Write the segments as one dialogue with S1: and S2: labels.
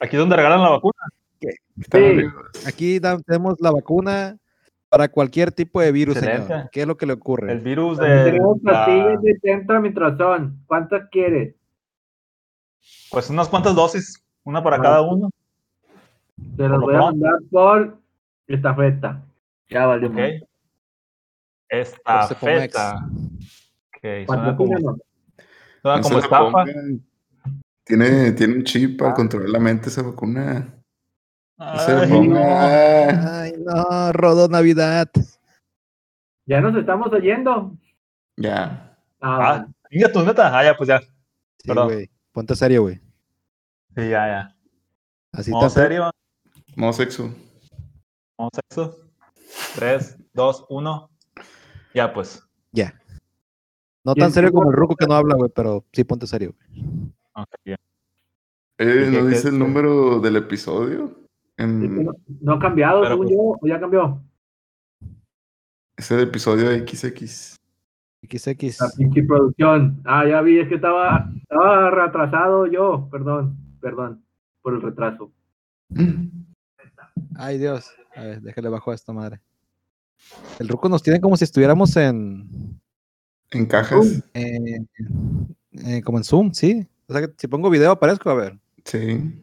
S1: Aquí es donde regalan la vacuna.
S2: Sí. Aquí da- tenemos la vacuna para cualquier tipo de virus,
S1: Excelente.
S2: señor. ¿Qué es lo que le
S1: El
S2: ocurre?
S1: virus de.
S3: Tengo
S1: la-
S3: pastillas de centromitrazón. ¿Cuántas quieres?
S1: pues unas cuantas dosis, una para cada uno.
S3: Te las
S1: lo
S3: voy a
S1: pronto.
S3: mandar por estafeta. Ya valió.
S1: Ok.
S3: madre.
S1: Esta
S2: Cepomex.
S1: feta. Ok, suena como,
S3: Patrocínanos.
S1: suena como
S4: No se la
S1: estafa.
S4: pongan. Tiene, tiene un chip
S3: Ah.
S4: para controlar la mente esa vacuna. No se la
S1: Ay, no.
S4: pongan.
S2: Ay, no, Rodó Navidad.
S3: Ya nos estamos oyendo.
S4: Ya.
S3: Ah,
S1: Ah, mira tu neta. Ah, ya, pues ya.
S2: Sí,
S1: Perdón.
S2: güey. Ponte serio, güey.
S1: Sí, ya, ya.
S2: Así
S1: ¿En
S2: está.
S1: serio?
S4: Modo sexo.
S1: Vamos a eso. 3, 2, 1. Ya, pues.
S2: Ya. No
S3: Y
S2: tan
S3: el
S2: serio
S3: tubo-
S2: como el ruco que no habla, güey, pero sí ponte serio. güey.
S1: Ok, ya.
S4: Eh,
S1: ¿Y qué-
S4: ¿No
S1: qué-
S4: dice el
S1: qué?
S4: número del episodio?
S3: sí,
S4: En-
S3: no, no ha cambiado,
S1: Pero
S3: según
S1: pues-
S3: yo, o ya cambió.
S4: Es el episodio XX.
S2: XX.
S3: La pinche producción. Ah, ya vi, es que estaba, estaba retrasado yo. Perdón, perdón por el retraso.
S4: Mm.
S2: Ay, Dios. A ver, déjale bajo a esta madre. El ruco nos tiene como si estuviéramos en.
S4: En cajas.
S2: eh, eh, como en Zoom, sí. O sea que si pongo video aparezco, a ver.
S4: Sí.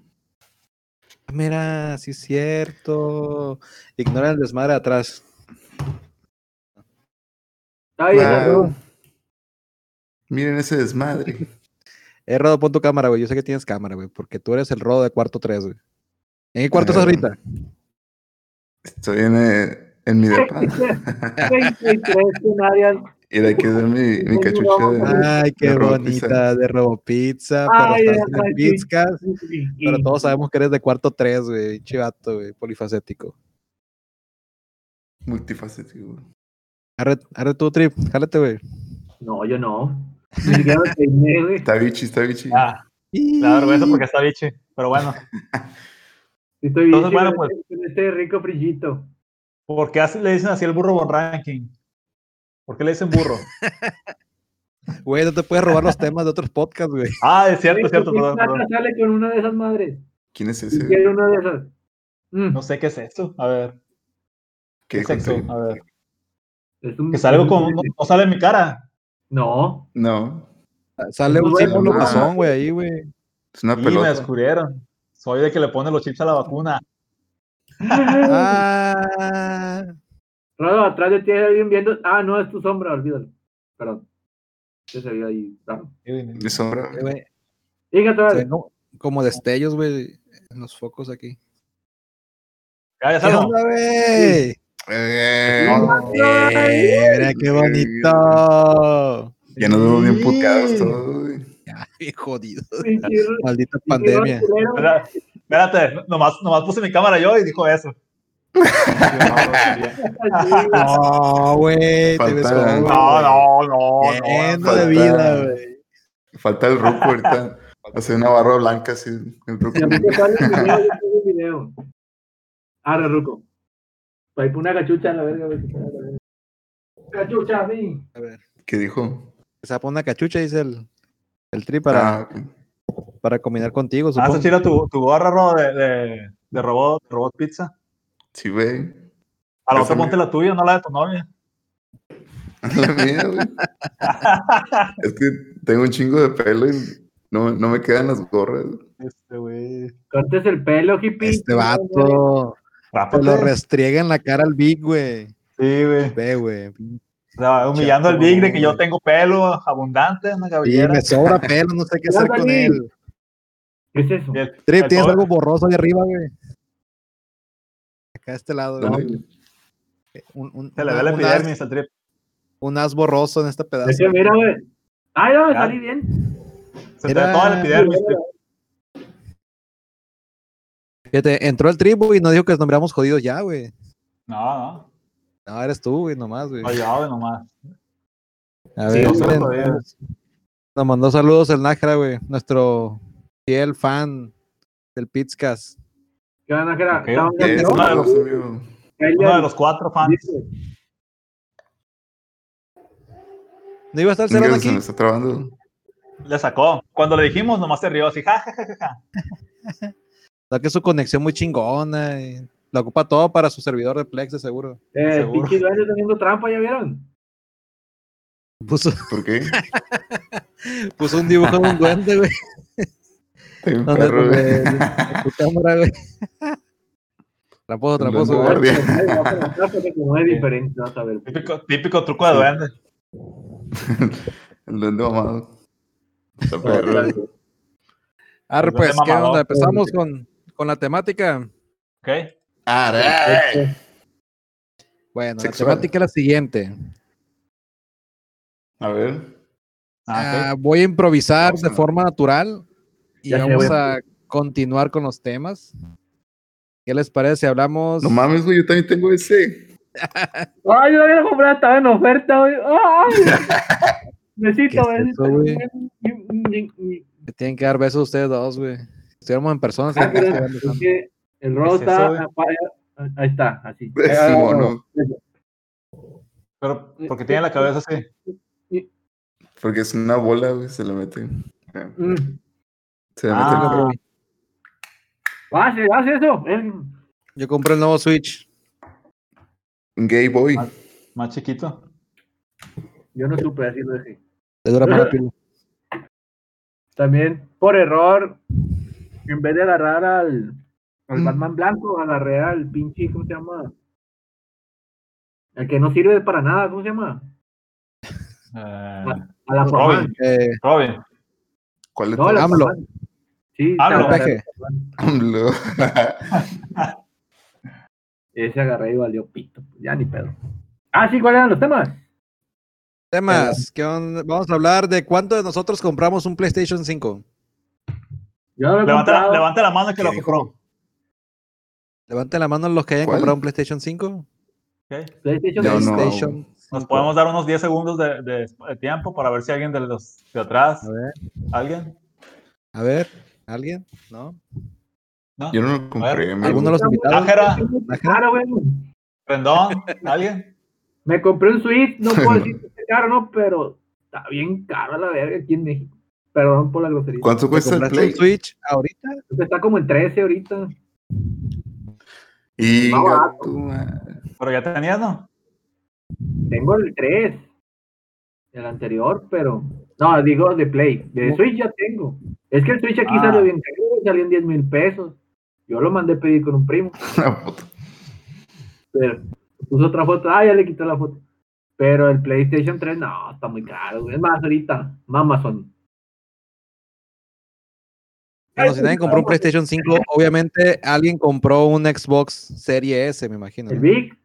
S2: Ah, Mira, sí es cierto. Ignora el desmadre de atrás.
S3: Está bien,
S4: Wow.
S3: ¿no?
S4: Miren ese desmadre.
S2: Eh, Rodo, pon tu cámara, güey. Yo sé que tienes cámara, güey, porque tú eres el Rodo de cuarto 3, güey. ¿En qué cuarto estás
S4: Eh,
S2: ahorita?
S4: Estoy en, eh, en mi depa.
S3: 33 escenarios.
S4: Y de aquí es mi, mi cachucha de.
S2: Ay, qué
S4: de Robo
S2: bonita,
S4: Pizza.
S2: de Robo Pizza,
S3: Ay,
S2: pero estás en
S3: ay,
S2: el
S3: sí.
S2: Pizcas, pero todos sabemos que eres de cuarto 3, güey. Chivato, güey, polifacético.
S4: Multifacético.
S2: Arre, arre tu trip, jálate, güey.
S3: No, yo no. Ni siquiera me peiné, güey.
S4: Está bichi, está bichi.
S1: Ah, me da vergüenza porque está biche. Pero bueno,
S3: Sí, Estoy bien
S1: Entonces, bueno,
S3: chido
S1: pues.
S3: con este rico frillito.
S1: ¿por qué así le dicen así el burro Von ranking? ¿Por qué le dicen burro?
S2: Güey, no te puedes robar los temas de otros podcasts, güey.
S1: Ah, es cierto,
S3: Oye,
S1: es cierto,
S3: ¿quién
S1: perdón,
S3: plata
S1: perdón.
S3: sale con una de esas madres?
S4: ¿Quién es
S3: ¿Quién
S4: ese?
S3: quiere una de esas? Mm,
S1: No sé qué es esto. A ver, ¿qué
S4: ¿Qué
S1: es esto?
S4: contenido?
S1: A ver.
S3: es un-
S1: Que salgo con. No, no sale en mi cara.
S3: No,
S4: No.
S2: Sale un
S3: Bueno,
S2: símbolo
S4: ah.
S2: masón, güey, ahí, güey.
S4: Es una
S1: Y me
S4: pelota.
S1: descubrieron. Soy de que le pone los chips a la vacuna.
S2: Ah,
S3: Rodo, atrás de ti hay alguien viendo. Ah, no, es tu sombra, olvídalo. Perdón. Ya se vio ahí. Ah.
S4: De sombra.
S2: eh, güey,
S3: Fíjate,
S2: se
S3: vale.
S2: ven como, como destellos, güey, en los focos aquí.
S1: Ya, ya
S2: ¿Qué
S1: salgo.
S2: onda, güey?
S4: Eh,
S2: Eh, mira qué bonito.
S4: ya nos vemos bien
S1: Sí.
S4: puteados todos. güey.
S2: Bien jodido.
S3: Pinche ro-
S2: Maldita
S3: pinche
S2: pandemia.
S3: roculero.
S1: Espera- Espérate, nomás, nomás puse mi cámara yo y dijo eso.
S3: Sí,
S2: No, güey. Te ves
S4: Falta-
S2: como-
S1: No, no, no.
S2: Lleno
S1: no.
S2: de
S4: falta-
S2: vida, güey.
S4: Falta el ruco ahorita. Hace una barra blanca así. El ruco.
S3: si a mí me sale el video, yo subo el video. Arre, Ruco. Pa' ahí pon una cachucha a la verga, güey. Cachucha, sí.
S2: A ver.
S4: ¿Qué dijo?
S2: Se pone una cachucha, dice el, el tri para,
S4: Ah, ok.
S2: para combinar contigo,
S1: Ah,
S2: supongo.
S1: está chida tu, tu gorra, Ro, de, de, de robot, robot pizza.
S4: sí, güey.
S1: A la
S4: Yo
S1: otra
S4: también.
S1: ponte la tuya, no la de tu novia.
S4: La mía, güey. Es que tengo un chingo de pelo y no, no me quedan las gorras.
S1: Este, güey.
S3: Cortes el pelo, hippie.
S2: Este vato. Se
S1: Rápido.
S2: lo restriega en la cara al Big, güey.
S1: Sí, güey.
S2: Ve, güey.
S1: O sea, humillando al
S2: Chato,
S1: Big de que yo
S2: güey.
S1: tengo pelo abundante, una
S2: Y
S1: cabellera.
S2: me sobra pelo, no sé qué hacer con
S3: Ándale.
S2: él.
S3: ¿Qué es eso?
S1: Y el-
S2: Trip,
S1: el
S2: tienes
S1: pobre-
S2: algo borroso ahí arriba, güey. Acá a este lado, güey.
S4: ¿Dónde?
S2: Un, un-
S1: Se le
S2: una-
S1: ve la
S2: un, as,
S1: epidermis al trip.
S2: un as borroso en este
S3: Es
S2: pedazo.
S3: que mira, güey. Ay, no, me
S1: Ya.
S3: salí bien.
S1: Se te
S2: Era-
S1: ve toda la epidermis. Trip.
S2: Fíjate, entró el tribu y no dijo que nos nombramos jodidos ya, güey.
S1: No,
S2: No, eres tú, güey, nomás, güey.
S1: no. Oye, güey, nomás.
S2: A
S1: Sí,
S2: ver,
S1: no se
S2: güey,
S1: lo sabía.
S2: nos mandó saludos el Nájera, güey. Nuestro fiel fan del Pizcas.
S3: ¿Qué van a hacer?
S1: Ok,
S3: ¿Estamos
S1: ok,
S4: Eh,
S3: campeón?
S1: una de
S4: saludos, amigo.
S3: Cállate.
S1: Uno de los cuatro fans.
S2: ¿No iba a estar el Cerón
S4: Mira, se
S2: aquí?
S4: me está trabando.
S1: Le sacó. Cuando le dijimos, nomás se rió así, ja, ja, ja, ja, ja.
S2: Da que su conexión muy chingona. y la ocupa todo para su servidor de Plex, de seguro.
S3: Eh,
S1: Seguro.
S3: pinche duende está haciendo trampa, ¿ya vieron?
S2: Puso,
S4: ¿Por qué?
S2: puso un dibujo de un duende, güey.
S4: Está bien
S2: Donde,
S4: perro, güey.
S2: donde- en tu cámara, güey. Traposo,
S4: El
S2: traposo,
S4: duende
S2: güey.
S4: guardia.
S3: Porque como es diferente, vas a ver.
S1: Típico, típico truco de duende.
S4: El duende mamado. Está
S3: Este,
S4: perro, güey.
S2: Arre,
S1: El duende
S2: pues, ¿qué
S1: mamador,
S2: onda? Empezamos
S3: güey.
S2: con, con la temática.
S1: ¿Ok?
S4: ¡Aray!
S3: este,
S2: Bueno,
S4: Sexual.
S2: la temática es la siguiente.
S4: A ver.
S1: Ah,
S2: Ah, voy a improvisar
S4: Vamos a
S2: de
S4: ver.
S2: forma natural y
S3: Ya sé,
S2: vamos
S3: güey.
S2: a continuar con los temas. ¿Qué les parece si hablamos?
S4: No mames, güey, yo también tengo ese.
S3: Ay, yo había comprado, estaba en oferta, güey. Ay, necesito,
S2: ¿Qué es eso, güey? Me tienen que dar besos ustedes dos, güey. Si estuviéramos en persona, se
S3: Ah,
S2: me
S3: pero
S2: estaban
S3: es
S2: besando.
S3: que el rodo
S1: ¿Qué es
S3: está.
S1: eso, güey?
S3: apagado. Ahí está, así.
S4: Es
S3: Ah,
S4: un mono.
S1: Pero porque tiene la cabeza así.
S4: Porque es una bola, güey, se le mete.
S3: Mm.
S4: Se le mete
S1: Ah,
S3: Hace, hace eso. Él,
S2: Yo compré el nuevo Switch.
S4: el Gay Boy.
S1: más chiquito.
S3: yo no supe decirlo así.
S2: Te dura para la pila.
S3: También, por error, en vez de agarrar al, al
S2: Mm.
S3: Batman blanco, agarré al pinche, ¿cómo se llama? El que no sirve para nada, ¿cómo se llama?
S1: Eh,
S2: Ah.
S3: A la
S1: Robin.
S2: Eh,
S1: Robin.
S4: ¿Cuál es
S3: No, la
S2: AMLO.
S3: Aquaman. Sí,
S1: AMLO.
S3: agarré-
S2: peje.
S4: AMLO?
S3: Ese agarré y valió pito. Ya ni pedo. Ah, sí, ¿cuáles eran los temas?
S2: Temas. ¿qué onda? Vamos a hablar de cuánto de nosotros compramos un PlayStation 5.
S3: Yo lo he
S1: Levanta, la-
S3: comprado.
S1: levanta la mano que lo
S4: ¿Qué dijo?
S1: compró.
S2: Levanten la mano los que hayan
S4: ¿Cuál?
S2: comprado un PlayStation 5.
S1: ¿ok?
S3: PlayStation
S4: Yo no.
S2: PlayStation.
S1: Nos
S2: 5.
S1: podemos dar unos 10 segundos de, de- de tiempo para ver si alguien de los de atrás,
S2: A ver,
S1: alguien.
S2: a ver, ¿alguien? ¿No?
S1: ¿No?
S4: Yo no lo compré, amigo.
S2: ¿Alguno de los
S3: Está muy
S2: invitados?
S1: Nájera,
S3: Claro, güey.
S1: Rendón, alguien.
S3: Me compré un Switch, no puedo decir que es caro, no, pero está bien caro a la verga aquí en México. Perdón por la grosería.
S4: ¿Cuánto
S2: ¿Te
S4: cuesta Pues el
S2: compraste
S4: Play?
S2: un Switch ahorita?
S3: Creo que Pues Está como en 13 ahorita.
S4: Y
S3: Más barato.
S1: Pero ya tenías, ¿no?
S3: Tengo el 3, el anterior, pero. No, digo de Play. De
S2: No.
S3: Switch ya tengo. Es que el Switch aquí
S1: Ah.
S3: salió bien caro, güey, salió en 10 mil pesos. Yo lo mandé a pedir con un primo,
S4: una puta.
S3: pero puso otra foto. Ah, ya le quitó la foto. Pero el PlayStation 3, no, está muy caro. güey. Es más, ahorita, Amazon.
S2: Bueno, si nadie compró un PlayStation 5, obviamente alguien compró un Xbox Serie S, me imagino.
S3: El
S2: ¿no?
S3: Big,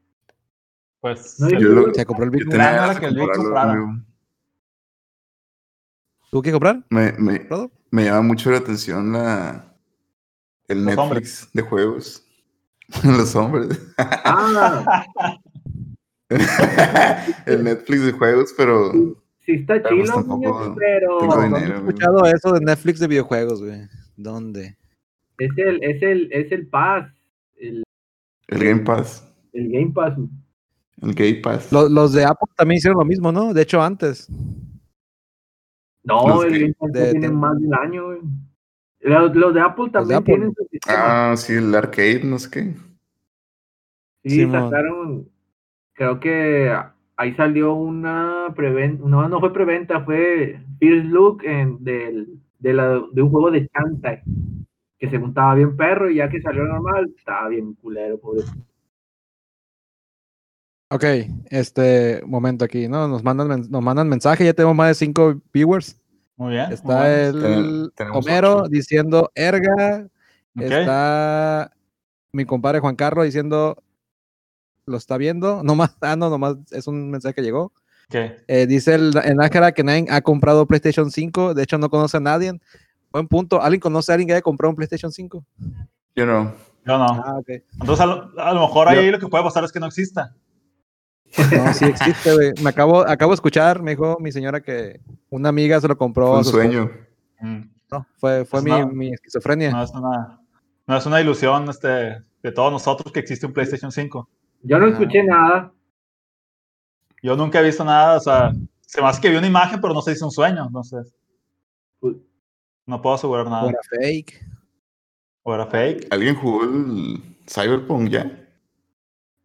S1: Pues
S3: No,
S1: el-
S4: Yo lo-
S2: Se compró el
S4: yo
S2: Big.
S1: tenía- ganas
S4: tenía ganas
S1: que
S4: de
S1: el Vic
S4: comprarlo,
S1: comprara.
S4: amigo.
S2: ¿Tú qué comprar?
S4: Me, me,
S2: Rodo?
S4: me llama mucho la atención la el
S1: Los
S4: Netflix
S1: hombres.
S4: de juegos. Los hombres.
S3: ah,
S4: el Netflix de juegos, pero
S3: sí está
S4: Pero, pues,
S3: chido,
S4: tampoco
S3: niño, pero.
S4: tengo
S2: ¿Dónde
S4: dinero,
S2: he
S4: güey.
S2: escuchado eso de Netflix de videojuegos, güey? ¿Dónde?
S3: Es el, es el, es el Pass,
S4: el Game Pass,
S3: el Game Pass.
S4: el Game Pass.
S2: Lo- Los, de Apple también hicieron lo mismo, ¿no? De hecho, antes.
S3: No,
S4: Los
S3: el
S4: que-
S3: Game Pass ya
S2: de-
S3: tiene
S2: de-
S3: más de un año, güey. Los, los de Apple también
S2: Apple.
S3: tienen su sistema.
S4: Ah, sí, el arcade, no sé qué.
S3: sí,
S2: Simón.
S3: sacaron. Creo que ahí salió una preventa. No, no fue preventa, fue First Look en, del, de, la, de un juego de Chanta que se juntaba bien perro y ya que salió normal, estaba bien culero, pobre.
S2: Ok, este momento aquí, ¿no? Nos mandan, men- nos mandan mensaje, ya tenemos más de 5 viewers.
S1: Muy bien. muy
S2: Está
S1: bien.
S2: el
S4: Ten- tenemos
S2: Homero
S4: ocho.
S2: diciendo erga.
S1: Ok.
S2: Está mi compadre Juan Carlos diciendo lo está viendo. Nomás, ah, no, nomás es un mensaje que llegó.
S1: Ok.
S2: Eh, dice el, el Nájera que nadie ha comprado PlayStation 5. De hecho, no conoce a nadie. Buen punto. ¿Alguien conoce a alguien que haya comprado un PlayStation 5?
S4: Yo no.
S1: Yo no.
S2: Ah, ok.
S1: Entonces, a lo, a lo mejor ahí lo que puede pasar es que no exista.
S2: No, sí existe, güey. Me acabo, acabo de escuchar, me dijo mi señora que una amiga se lo compró.
S4: Fue
S2: a
S4: un
S2: su
S4: sueño.
S1: Mm.
S2: esposo. No, fue fue
S1: Pues
S2: mi,
S1: no.
S2: mi esquizofrenia.
S1: No es una, no es una ilusión este, de todos nosotros que existe un PlayStation 5.
S3: Yo no
S2: Ah.
S3: escuché nada.
S1: Yo nunca he visto nada, o sea, se me hace que vi una imagen, pero no se hizo un sueño, entonces.
S3: Uy.
S1: No puedo asegurar nada.
S2: Era fake.
S1: ¿O era fake?
S4: ¿Alguien jugó el Cyberpunk ya?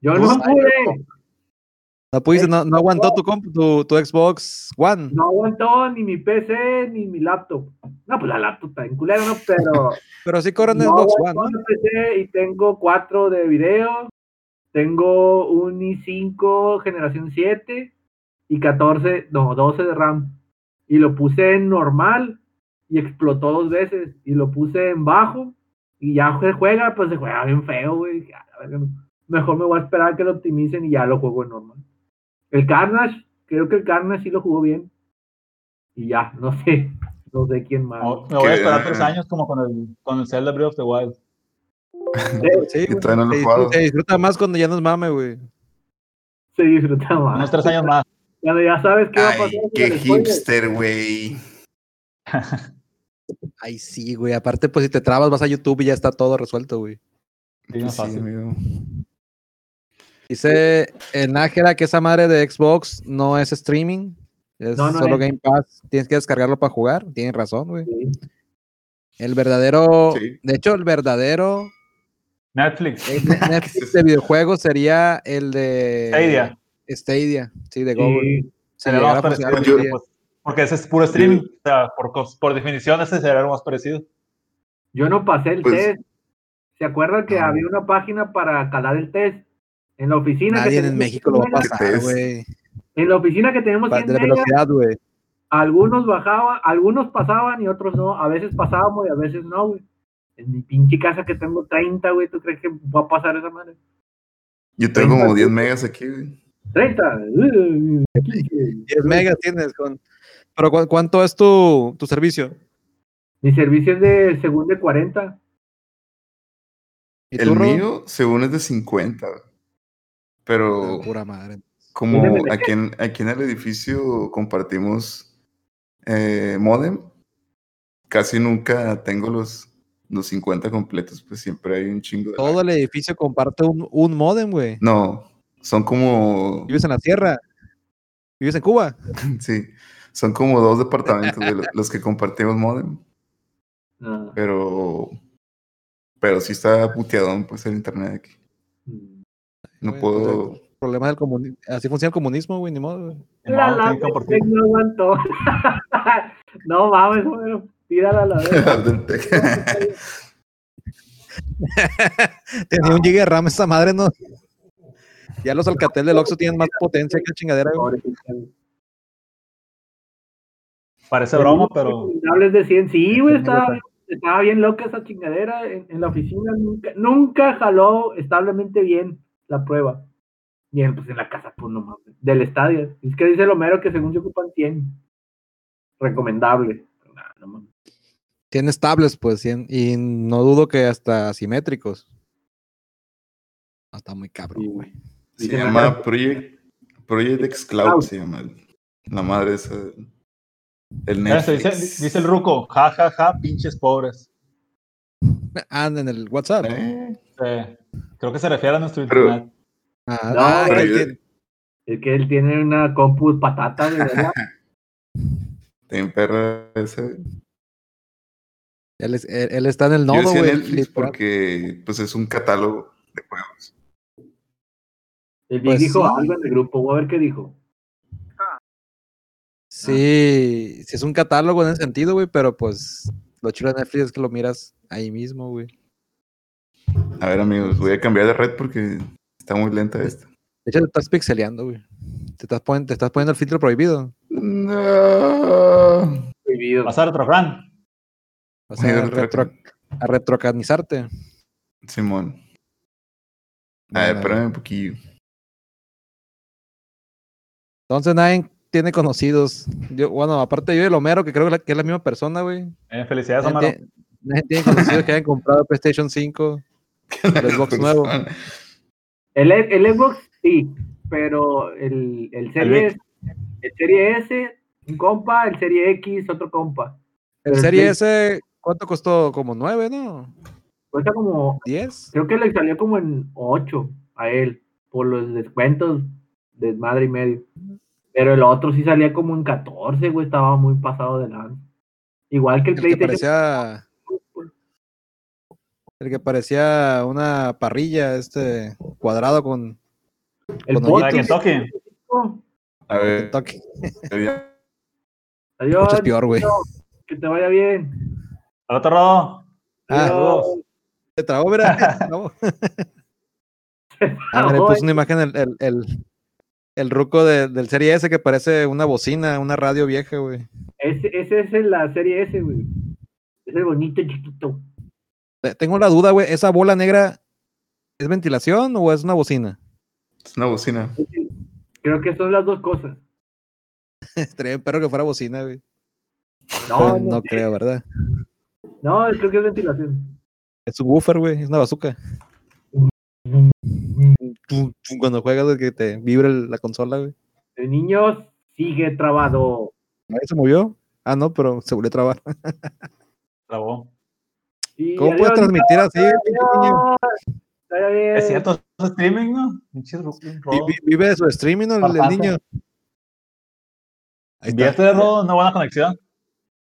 S3: Yo
S2: Pues,
S3: no pude,
S2: No pudiste, no, no aguantó tu, compu- tu, tu Xbox One.
S3: no aguantó ni mi PC ni mi laptop. No, pues la laptop está en culero, ¿no? Pero
S2: Pero sí corren
S3: No,
S2: Xbox
S3: güey,
S2: One, ¿no?
S3: tengo PC y tengo 4 de video, tengo un i5 generación 7 y 14, no, 12 de RAM. Y lo puse en normal y explotó dos veces. Y lo puse en bajo y ya se juega, pues se juega bien feo, güey. Dije, "Ah, la verga, Mejor me voy a esperar a que lo optimicen y ya lo juego en normal. El Carnage, creo que el Carnage sí lo jugó bien. Y ya, no sé, no sé quién más.
S1: No, me voy a esperar
S4: Que-
S1: tres años como con el, con el Zelda Breath of the Wild.
S2: Sí,
S4: Y
S2: güey.
S4: todavía no lo
S2: Se
S4: he
S2: disfruta,
S4: jugado.
S2: se disfruta más cuando ya no es mame, güey.
S3: Se disfruta más.
S1: Unos tres años más.
S3: Cuando ya sabes qué va a pasar.
S4: Ay,
S3: con
S4: qué
S3: el spoiler.
S4: hipster, güey.
S2: Ay, sí, güey. Aparte, pues si te trabas, vas a YouTube y ya está todo resuelto, güey.
S1: Sí, no
S4: Pues
S1: es
S4: sí,
S1: fácil.
S4: amigo.
S2: Dice en Nájera que esa madre de Xbox no es streaming, es
S3: No, no
S2: solo
S3: es.
S2: Game Pass. Tienes que descargarlo para jugar. Tienen razón, güey.
S3: Sí.
S2: El verdadero,
S4: Sí.
S2: de hecho, el verdadero
S1: Netflix.
S2: eh, ne- Netflix de videojuegos sería el de
S1: Stadia.
S2: Stadia, sí, de Google.
S3: Sí.
S2: Eh, Se
S1: Sería lo
S2: llegara
S1: más
S2: a funcionar
S1: parecido.
S4: yo-
S2: hoy en día.
S1: pues, porque ese es puro streaming. O sea, por, cos- por definición, ese será lo más parecido.
S3: Yo no pasé el
S4: Pues-
S3: test. ¿Se acuerdan que
S4: No.
S3: había una página para calar el test? En la oficina. que
S2: Nadie en
S3: tenemos
S2: México
S3: 100
S2: lo va a
S3: megas-
S2: pasar,
S4: es.
S2: güey.
S3: En la oficina que tenemos
S2: Pa-
S3: 100
S2: De la
S3: megas,
S2: velocidad, güey.
S3: algunos bajaban, algunos pasaban y otros no. A veces pasábamos y a veces no, güey. En mi pinche casa que tengo 30, güey, ¿tú crees que va a pasar esa madre?
S4: Yo tengo como
S3: Treinta.
S4: 10 megas aquí, güey.
S3: 30. uh, 15.
S2: 10 megas tienes con... Pero cu- ¿cuánto es tu, tu servicio?
S3: Mi servicio es de segundo de 40.
S2: ¿Y tú,
S4: El
S2: Rodo?
S4: mío, según es de 50. güey.
S2: Ah,
S4: Pero
S2: Pura madre.
S4: como
S3: Dime de
S4: aquí en, aquí en el edificio compartimos eh, modem, casi nunca tengo los, los 50 completos, pues siempre hay un chingo de... lag.
S2: Todo el edificio comparte un, un modem, güey.
S4: No, son como...
S2: Vives en la sierra. Vives en Cuba.
S4: Sí, son como dos departamentos güey, lo- los que compartimos modem,
S3: Ah,
S4: pero... Pero sí está puteadón, pues, el internet aquí.
S3: mm.
S4: No
S2: Bueno, pues,
S4: puedo...
S2: Problemas del comunismo. Así funciona el comunismo, güey, ni modo. güey.
S3: La
S1: No,
S3: la
S1: tienen que compartir.
S3: no aguantó. no mames, güey. Tírala a la vez.
S4: Del Tec.
S2: Tenía un giga de RAM esa madre, ¿no? Ya los Alcatel del Oxxo tienen más potencia que la chingadera, güey.
S3: Pobrecita, güey.
S1: Parece broma, pero
S3: Hables de 100. Sí, güey, estaba, bien- estaba bien loca esa chingadera en, en la oficina. Nunca, nunca jaló establemente bien la prueba. Y en, pues en la casa, pues no mames. Del estadio. Es que dice Lomero que según se ocupan 100. Recomendable. Pero nah, no mames.
S2: Tiene estables, pues, y, en- y no dudo que hasta asimétricos. No, está muy cabrón,
S3: Sí,
S2: güey.
S4: Se
S3: Dice
S4: llama
S3: Lomero,
S4: Project, Project X Cloud, se llama. el- La madre esa. El
S1: Mira, Ah, se
S4: Netflix.
S1: dice, dice el ruco, ja, ja, ja, pinches pobres.
S2: Ah, en el WhatsApp.
S4: Eh,
S1: Eh, creo que se refiere a nuestro
S4: Pero-
S1: internet.
S2: Ah,
S3: No,
S2: ah,
S4: pero
S2: que
S4: yo-
S2: tiene-
S3: Es que él tiene una compu patata, de verdad.
S4: Ten perra esa.
S2: él, es- él- él está en el
S4: Yo
S2: nodo,
S4: decía
S2: güey.
S4: Netflix
S2: literal.
S4: porque pues es un catálogo de juegos.
S3: El
S2: Pues
S3: dijo
S2: sí.
S3: algo en el grupo, voy a ver qué dijo.
S2: Sí, sí es un catálogo en ese sentido, güey, pero pues lo chulo de Netflix es que lo miras ahí mismo, güey.
S4: A ver, amigos, voy a cambiar de red porque está muy lenta esta.
S2: De hecho, te estás pixeleando, güey. Te estás, poniendo, te estás poniendo el filtro prohibido.
S4: No.
S3: Prohibido.
S1: Pasar otro gran.
S2: Vas
S4: Oye,
S2: a,
S4: retro-
S2: retro, a retrocanizarte.
S4: Simón. A ver,
S2: Bueno,
S4: espérame un poquillo.
S2: Entonces nadie tiene conocidos. Yo, bueno, aparte yo y el Homero, que creo que, la- que es la misma persona, güey.
S1: Eh, felicidades,
S2: Nadie,
S1: Omar.
S2: tie- nadie tiene conocidos que hayan comprado PlayStation 5. El Xbox nuevo.
S3: El, el Xbox sí, pero el, el Series, el Serie S, un compa, el Serie X, otro compa.
S2: El
S3: El
S2: Serie
S3: Play-
S2: S, ¿cuánto costó? Como 9, ¿no?
S3: Cuesta Pues como,
S2: 10.
S3: creo que le salió como en 8 a él, por los descuentos de madre y medio. Pero el otro sí salía como en 14, güey, estaba muy pasado de lanza. Igual que el,
S2: El que
S3: PlayStation.
S2: parecía El que parecía una parrilla, este cuadrado con.
S3: El
S2: Con
S3: bot.
S1: La de Kentucky.
S4: A ver,
S2: Kentucky.
S4: ya-
S2: Mucho
S3: Adiós.
S2: es peor, güey.
S3: Que te vaya bien.
S1: Al otro rodo.
S2: Ah,
S3: Adiós.
S2: Se trabó, mira. No. Ah, mira, le puse una imagen el, el, el, el ruco de- del serie S que parece una bocina, una radio vieja, güey.
S3: Ese, ese es en la serie S, güey. Es el bonito chiquito.
S2: Te- Eh, Tengo la duda, güey. ¿Esa bola negra es ventilación o es una bocina?
S4: es una bocina.
S3: Creo que son las dos cosas.
S2: Estaría bien perro que fuera bocina, güey.
S3: No,
S2: Pero Pues no
S3: no,
S2: creo, ¿verdad?
S3: no, creo que es ventilación.
S2: Es un woofer, güey. Es una bazooka. Tum, tum, Cuando juegas, güey, que te vibra el- la consola, güey.
S3: El niño sigue trabado.
S2: Ahí se movió. Ah, no, pero se volvió a trabar.
S1: Trabó.
S3: Sí,
S2: ¿Cómo
S3: adiós,
S2: puedes transmitir así, pinche niño?
S3: adiós. Vaya bien.
S1: Es cierto, es streaming, ¿no? Pinche ro-
S2: Vi-
S1: rodo.
S2: vi- Vive de su streaming, ¿no? el, el
S1: Papá.
S2: niño. Ahí
S1: Vierte de rodo, una buena conexión.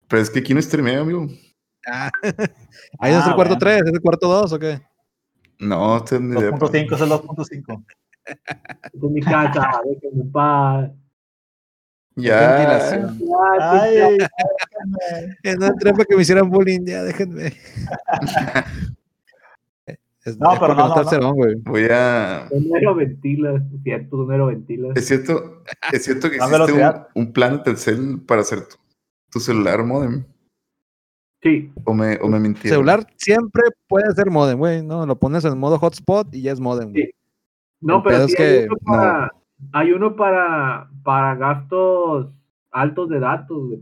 S4: Pero es que ¿quién streamea, amigo?
S2: Ah. Ahí no es
S1: Ah,
S2: el cuarto
S1: bueno.
S2: 3, es el cuarto 2 o qué?
S4: No, este es mi idea.
S1: 2.5 es el 2.5.
S3: Esta es mi casa, déjenme en paz.
S4: Ya.
S2: Ventilación.
S3: Ah, sí,
S1: Ay,
S2: Eh, No entré para que me hicieran bullying, ya déjenme. Es-
S1: No,
S2: es
S1: pero
S2: porque
S1: no, no,
S2: está
S1: no.
S2: cerón, güey.
S4: Voy a.
S3: Sonero ventilas, es cierto, sonero ventilas.
S4: Es cierto, es cierto que
S1: Más
S4: existe un,
S1: velocidad.
S4: un plan de Telcel para hacer tu, tu celular modem.
S3: Sí,
S4: O me, o me mintieron.
S2: Celular siempre puede ser modem, güey. No, lo pones en modo hotspot y ya es modem, güey. El
S3: no, pero
S2: pedo
S3: sí
S2: es
S3: hay
S2: que
S3: uno para, hay uno para, para gastos altos de datos, güey.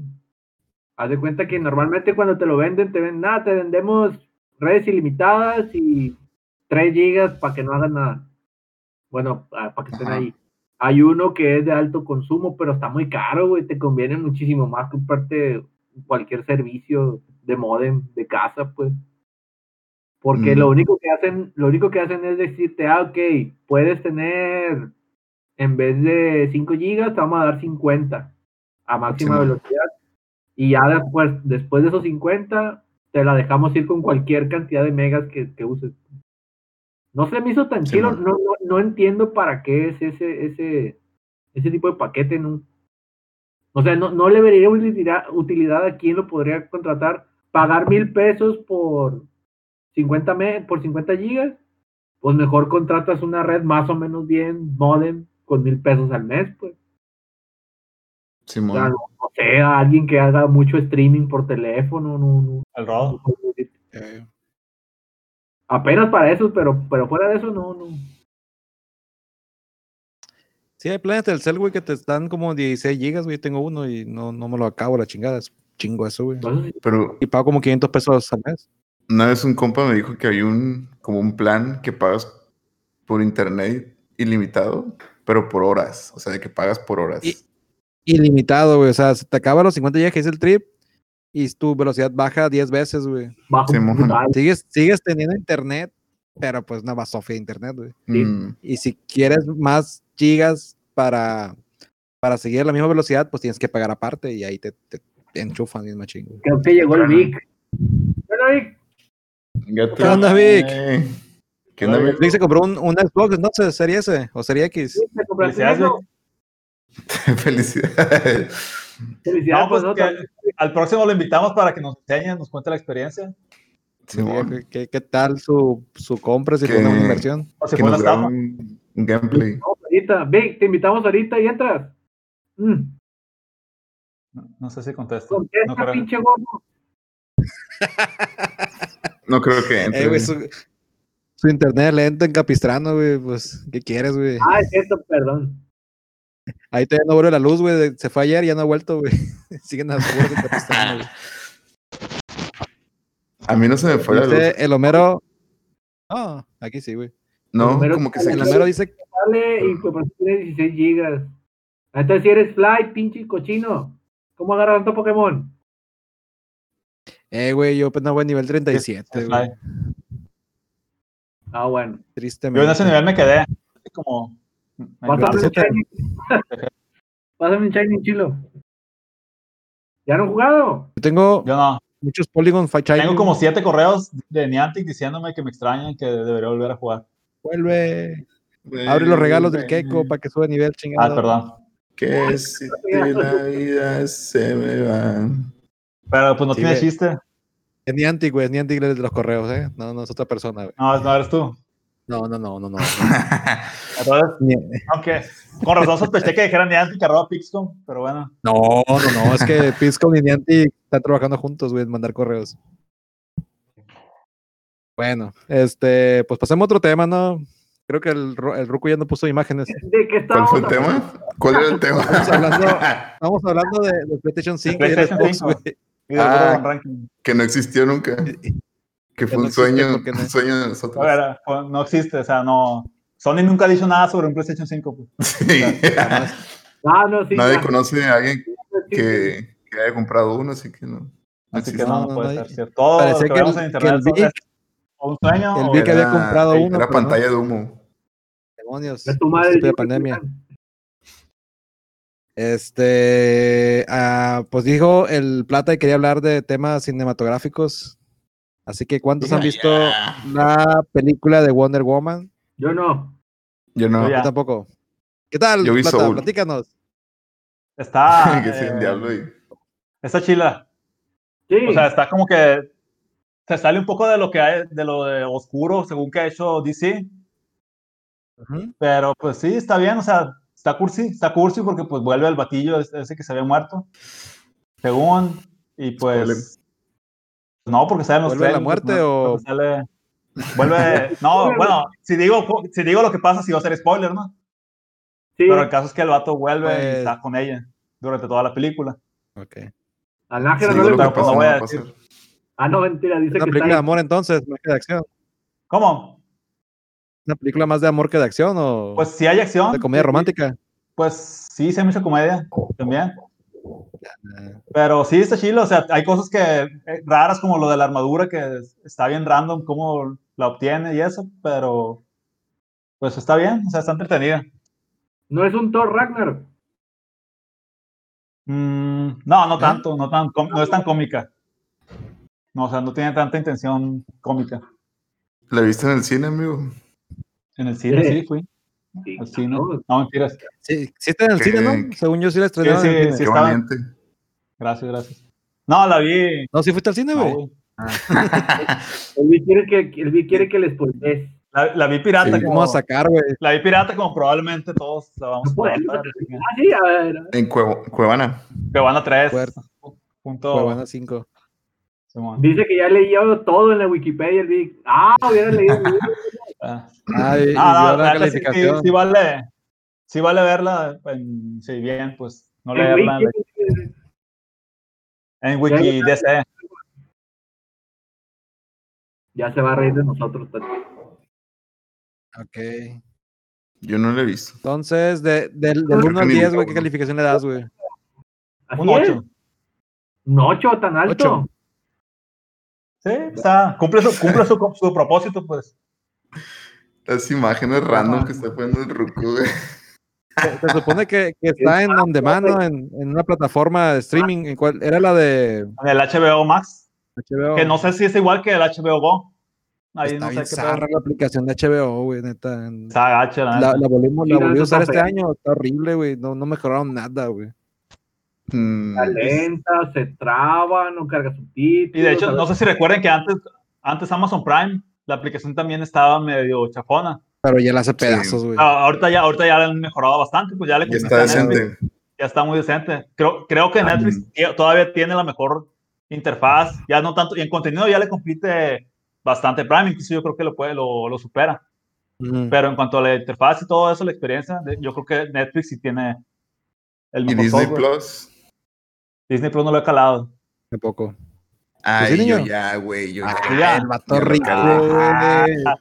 S3: Haz de cuenta que normalmente cuando te lo venden, te venden nada, te vendemos redes ilimitadas y 3 gigas para que no hagas nada. Bueno, para que estén
S4: Ajá.
S3: ahí. Hay uno que es de alto consumo, pero está muy caro, güey. Te conviene muchísimo más comprarte cualquier servicio de modem de casa, pues. Porque
S4: Mm.
S3: lo único que hacen, lo único que hacen es decirte, ah, ok, puedes tener en vez de 5 gigas, te vamos a dar 50 a máxima
S4: Máximo.
S3: velocidad. Y ya después, después de esos 50, te la dejamos ir con cualquier cantidad de megas que, que uses. No se me hizo tan
S4: Sí,
S3: chido,
S4: mon.
S3: no, no, no entiendo para qué es ese, ese, ese tipo de paquete, ¿no? O sea, no, no le vería utilidad, utilidad a quien lo podría contratar. Pagar mil pesos por 50, me, por 50 gigas, pues mejor contratas una red más o menos bien, modem, con mil pesos al mes, pues. O
S4: Simón.
S3: sea, no, no sé, a alguien que haga mucho streaming por teléfono, no, no.
S1: el rodo.
S3: Apenas para eso, pero, pero fuera de eso, no, no.
S2: Sí, hay planes del cel, güey, que te están como 16 gigas, güey. Yo tengo uno y no, no me lo acabo, la chingada. Es chingo eso, güey.
S3: Entonces,
S4: Pero
S2: Y pago como 500 pesos al mes.
S4: una vez un compa me dijo que hay un como un plan que pagas por internet ilimitado, pero por horas. O sea, de que pagas por horas.
S2: Y- Ilimitado, güey. O sea, se te acaba los 50 gigas que es el trip y tu velocidad baja 10 veces, güey.
S3: bajo
S4: Sí,
S3: un
S4: mojón.
S3: brutal.
S2: Sigues, sigues teniendo internet, pero pues una basofia de internet, güey.
S3: sí.
S4: Mm,
S2: Y si quieres más gigas para, para seguir a la misma velocidad, pues tienes que pagar aparte y ahí te, te, te enchufan bien machín. güey.
S3: Creo que llegó el
S4: Bueno.
S3: Vic. Hola, Vic.
S4: gato.
S2: ¿Qué onda, Vic?
S4: Eh, ¿Qué onda,
S1: Hola,
S4: Vic?
S2: Vic se compró un, un Xbox, entonces, sería S o sería X.
S3: ¿Te compraste
S1: Felicidades,
S3: uno?
S4: Felicidades.
S3: Felicidades
S1: No, pues
S3: por
S1: que
S3: nosotros.
S1: al próximo lo invitamos para que nos enseñe, nos cuente la experiencia.
S4: Simón.
S2: Diga, ¿Qué, qué tal su, su compra si fue
S4: Que-
S2: una buena inversión?
S1: O si
S4: que
S1: fue una
S4: nos grabe
S1: estafa.
S4: un, un gameplay.
S3: Vamos ahorita. Vic, te invitamos ahorita y entras. Mm,
S1: No, no sé si contesta. No
S3: contesta,
S1: creo.
S3: pinche gordo.
S4: No creo que entre.
S2: Eh, güey,
S4: Vic.
S2: su, su internet lento en Capistrano, güey, pues, ¿qué quieres, güey?
S3: Ah, es cierto, perdón.
S2: Ahí todavía no vuelve la luz, güey, de- se fue ayer y ya no ha vuelto, güey. Siguen las puras en Capistrano, güey.
S4: A mí no se me fue la luz.
S2: Dice Este, el Homero... Ah, aquí sí, güey.
S4: No,
S3: Homero
S4: como que se
S2: El
S3: Sala.
S4: quitó.
S2: Homero dice...
S3: Dale, y pues por eso tiene 16 gigas. Entonces, si eres fly, pinche cochino. ¿Cómo agarras tanto Pokémon?
S2: Eh, güey, yo apenas voy a nivel
S1: Es
S2: 37,
S1: la-
S2: güey.
S3: Ah, bueno.
S1: Yo
S2: Tristemente.
S1: en ese nivel me quedé. así Como. me
S2: Vas a-
S1: quedé
S3: Pásame un
S2: Gracias.
S3: shiny. Pásame un shiny chilo. ¿Ya no han jugado?
S2: Yo tengo,
S1: Yo no.
S2: muchos Polygon Fight
S1: Tengo como siete correos de Niantic diciéndome que me extrañan que debería volver a jugar.
S2: Vuelve. Abre los regalos del Keiko para que suba de nivel, chingado.
S1: Ah, perdón.
S4: Que si de la vida se me va.
S1: Pero pues no
S2: Sí,
S1: tiene
S2: ve.
S1: chiste.
S2: Es Niantic, güey, es Niantic el de los correos, ¿eh? No, no es otra persona, güey.
S1: No, no eres tú.
S2: No, no, no, no, no.
S1: Entonces,
S2: Ni-
S1: aunque con razón sospeché que dijeran Niantic arroba Pixcom, pero bueno.
S2: No, no, no, es que Pisco y Niantic están trabajando juntos, güey, en mandar correos. Bueno, este, pues pasemos a otro tema, ¿no? Creo que el, Ru- el Ruco ya no puso imágenes.
S3: ¿De qué
S4: ¿Cuál
S3: estábamos
S4: fue el tema? ¿Cuál era el tema?
S2: Estamos hablando, estamos hablando de, de PlayStation 5 y de
S1: PlayStation
S2: Xbox,
S1: 5.
S2: güey.
S1: Y del
S4: Ah.
S1: Urban Ranking.
S4: que no existió nunca. Que
S2: Que
S4: fue
S2: no
S4: un sueño,
S2: existe porque no-
S4: un sueño de
S1: A
S4: nosotros.
S1: ver, pues, no existe, o sea, no. Sony nunca ha dicho nada sobre un PlayStation 5. pues.
S4: Sí.
S3: Ah, no, sí.
S4: Nadie
S3: ya.
S4: conoce a alguien
S3: Sí,
S4: que, que haya comprado uno, así que no. no
S1: Así que
S4: existe.
S1: no,
S2: no,
S1: no
S2: no,
S1: puede
S2: no,
S1: ser cierto. Todo lo
S2: parecía
S1: que
S2: que
S1: vemos
S2: el-
S1: en
S2: que el
S1: internet son-
S2: Vic-
S1: es o un sueño
S2: el
S1: o
S2: Vic- que había comprado
S4: era-
S2: uno,
S4: Era
S2: pero no.
S4: pantalla de humo.
S2: Demonios.
S3: ya tu madre
S2: principio de
S3: dijo que
S2: pandemia.
S3: sí,
S2: Este, ah, pues dijo el Plata y quería hablar de temas cinematográficos. Así que, ¿cuántos han visto la película de Wonder Woman?
S3: Yo no.
S4: Yo no.
S1: Yo ya.
S2: Yo tampoco. ¿Qué tal,
S4: Yo vi
S2: Plata?
S4: Soul.
S2: Platícanos.
S1: está.
S4: que sea
S1: eh,
S4: el diablo y-
S1: está chila.
S3: Sí.
S1: O sea, está como que se sale un poco de lo que hay, de lo de oscuro, según que ha hecho DC, pero pues sí, está bien, o sea, está cursi, está cursi porque pues vuelve el batillo es- ese que se había muerto, según, y pues... No, porque salen los
S2: ¿Vuelve la
S1: trailers,
S2: muerte
S1: no,
S2: o-
S1: porque sale- Vuelve... No, bueno, si digo, si digo lo que pasa, si va a ser spoiler, ¿no?
S3: sí.
S1: Pero el caso es que el vato vuelve
S2: Pues-
S1: y está con ella durante toda la película.
S2: Ok.
S3: Al ángel
S4: Si digo
S3: no le
S4: lo que
S1: pero
S4: pasa,
S1: pues
S4: no
S1: lo voy
S4: va
S1: a
S4: a pasar.
S3: Ah, no, mentira,
S2: Una
S3: dice que está
S2: película de
S3: ahí.
S2: amor entonces, más que de acción.
S1: ¿Cómo?
S2: Una película más de amor que de acción o
S1: Pues si hay acción,
S2: de comedia romántica.
S1: pues sí, se ha hecho comedia también.
S2: Ah,
S1: Pero sí, está chilo. O sea, hay cosas que eh, raras como lo de la armadura que es- está bien random, cómo la obtiene y eso, pero pues está bien, o sea, está entretenida.
S3: No es un Thor Ragnar.
S1: Mm, no, no
S2: ¿Eh?
S1: tanto, no, tan, com- no es tan cómica. No, o sea, no tiene tanta intención cómica.
S4: ¿La viste en el cine, amigo?
S1: En el cine
S3: Sí.
S1: sí fui,
S3: Sí,
S1: al cine.
S3: cabrón.
S1: No, mentiras.
S2: Sí, sí está en el
S4: Que-
S2: cine, ¿no? Según yo sí la estrenaron
S1: Sí,
S2: en
S1: sí,
S2: el cine.
S1: sí.
S4: Qué
S1: estaba-
S4: valiente.
S1: Gracias, gracias. No, la vi.
S2: No, sí fuiste al cine,
S1: no,
S2: güey.
S1: güey.
S3: El Vic quiere que, el Vic quiere que les spoilees.
S1: la, la vi pirata.
S4: Sí.
S2: ¿Cómo
S1: como,
S2: vamos a sacar, güey?
S1: la vi pirata como probablemente todos la vamos
S3: No
S1: a
S3: podemos.
S1: tratar, así que-
S3: Ah, sí, a ver. a ver.
S4: En Cuevo- Cuevana.
S1: Que van a traer.
S2: Fuerte.
S1: Punto.
S2: Cuevana 5.
S1: Simón.
S3: Dice que ya leía todo en la Wikipedia, el Vic. Ah, hubiera leído el libro.
S1: Ah.
S2: Ay, y
S1: Ah,
S2: yo
S1: no,
S2: la
S1: la neta sí, sí,
S2: calificación.
S1: sí vale, sí vale verla, en, sí, bien, pues no
S3: El Vic
S1: leerla en,
S3: quiere-
S1: en Wiki DC.
S3: Ya se va a reír de nosotros. tanto.
S2: Ok.
S4: Yo no la he visto.
S2: Entonces, de- del,
S4: Creo
S2: del 1
S4: que
S2: al
S4: ni
S2: 10,
S4: vi
S2: güey, ¿qué
S4: uno.
S2: calificación le das, güey?
S3: Así
S1: Un
S3: es.
S1: 8.
S3: Un 8 tan alto.
S2: Ocho.
S1: Sí, está, cumple, su, cumple su, su propósito, pues.
S4: Las imágenes random que está poniendo el Ruku, güey.
S2: Se, se supone que, que está
S1: Ah,
S2: en on demand, ¿no? en, en una plataforma de streaming. ¿en cuál? Era la de
S1: En el HBO Max,
S2: HBO.
S1: que no sé si es igual que el HBO Go. Ahí
S2: Está
S1: no
S2: bien
S1: sé qué
S2: zarra
S1: pedo.
S2: la aplicación de HBO, güey, neta. En-
S1: Está gacha, la
S2: La,
S1: neta.
S2: la volvimos,
S3: Sí,
S2: la
S3: la
S2: volví
S3: neta
S2: a usar
S3: está
S2: este
S3: fea.
S2: año, está horrible, güey. No, no mejoraron nada, güey.
S4: Mm,
S3: Está lenta, se traba, no carga subtítulos.
S1: Y de hecho,
S3: a
S1: no
S3: ver,
S1: sé si recuerden que antes, antes Amazon Prime, la aplicación también estaba medio chafona.
S2: Pero ya la hace pedazos, güey.
S1: Ah, ahorita, ya, ahorita ya la han mejorado bastante, pues ya le
S4: ya está
S1: contestan Netflix.
S4: decente.
S1: ya está muy decente. Creo, creo que Netflix tie- todavía tiene la mejor interfaz, ya no tanto, y en contenido ya le compite bastante Prime, incluso yo creo que lo puede, lo, lo supera.
S2: Ujú.
S1: Pero en cuanto a la interfaz y todo eso, la experiencia, de- yo creo que Netflix sí tiene el
S4: Y
S1: mejor
S4: Disney
S1: software.
S2: ¿Pues
S4: Plus.
S1: Disney Plus no lo he calado.
S2: Tampoco.
S4: Ay,
S2: sí,
S4: yo
S2: niño?
S4: ya, güey. Yo ya.
S1: Ah, ya.
S2: el vato
S4: Ya lo
S2: rico,
S1: calé.
S2: güey.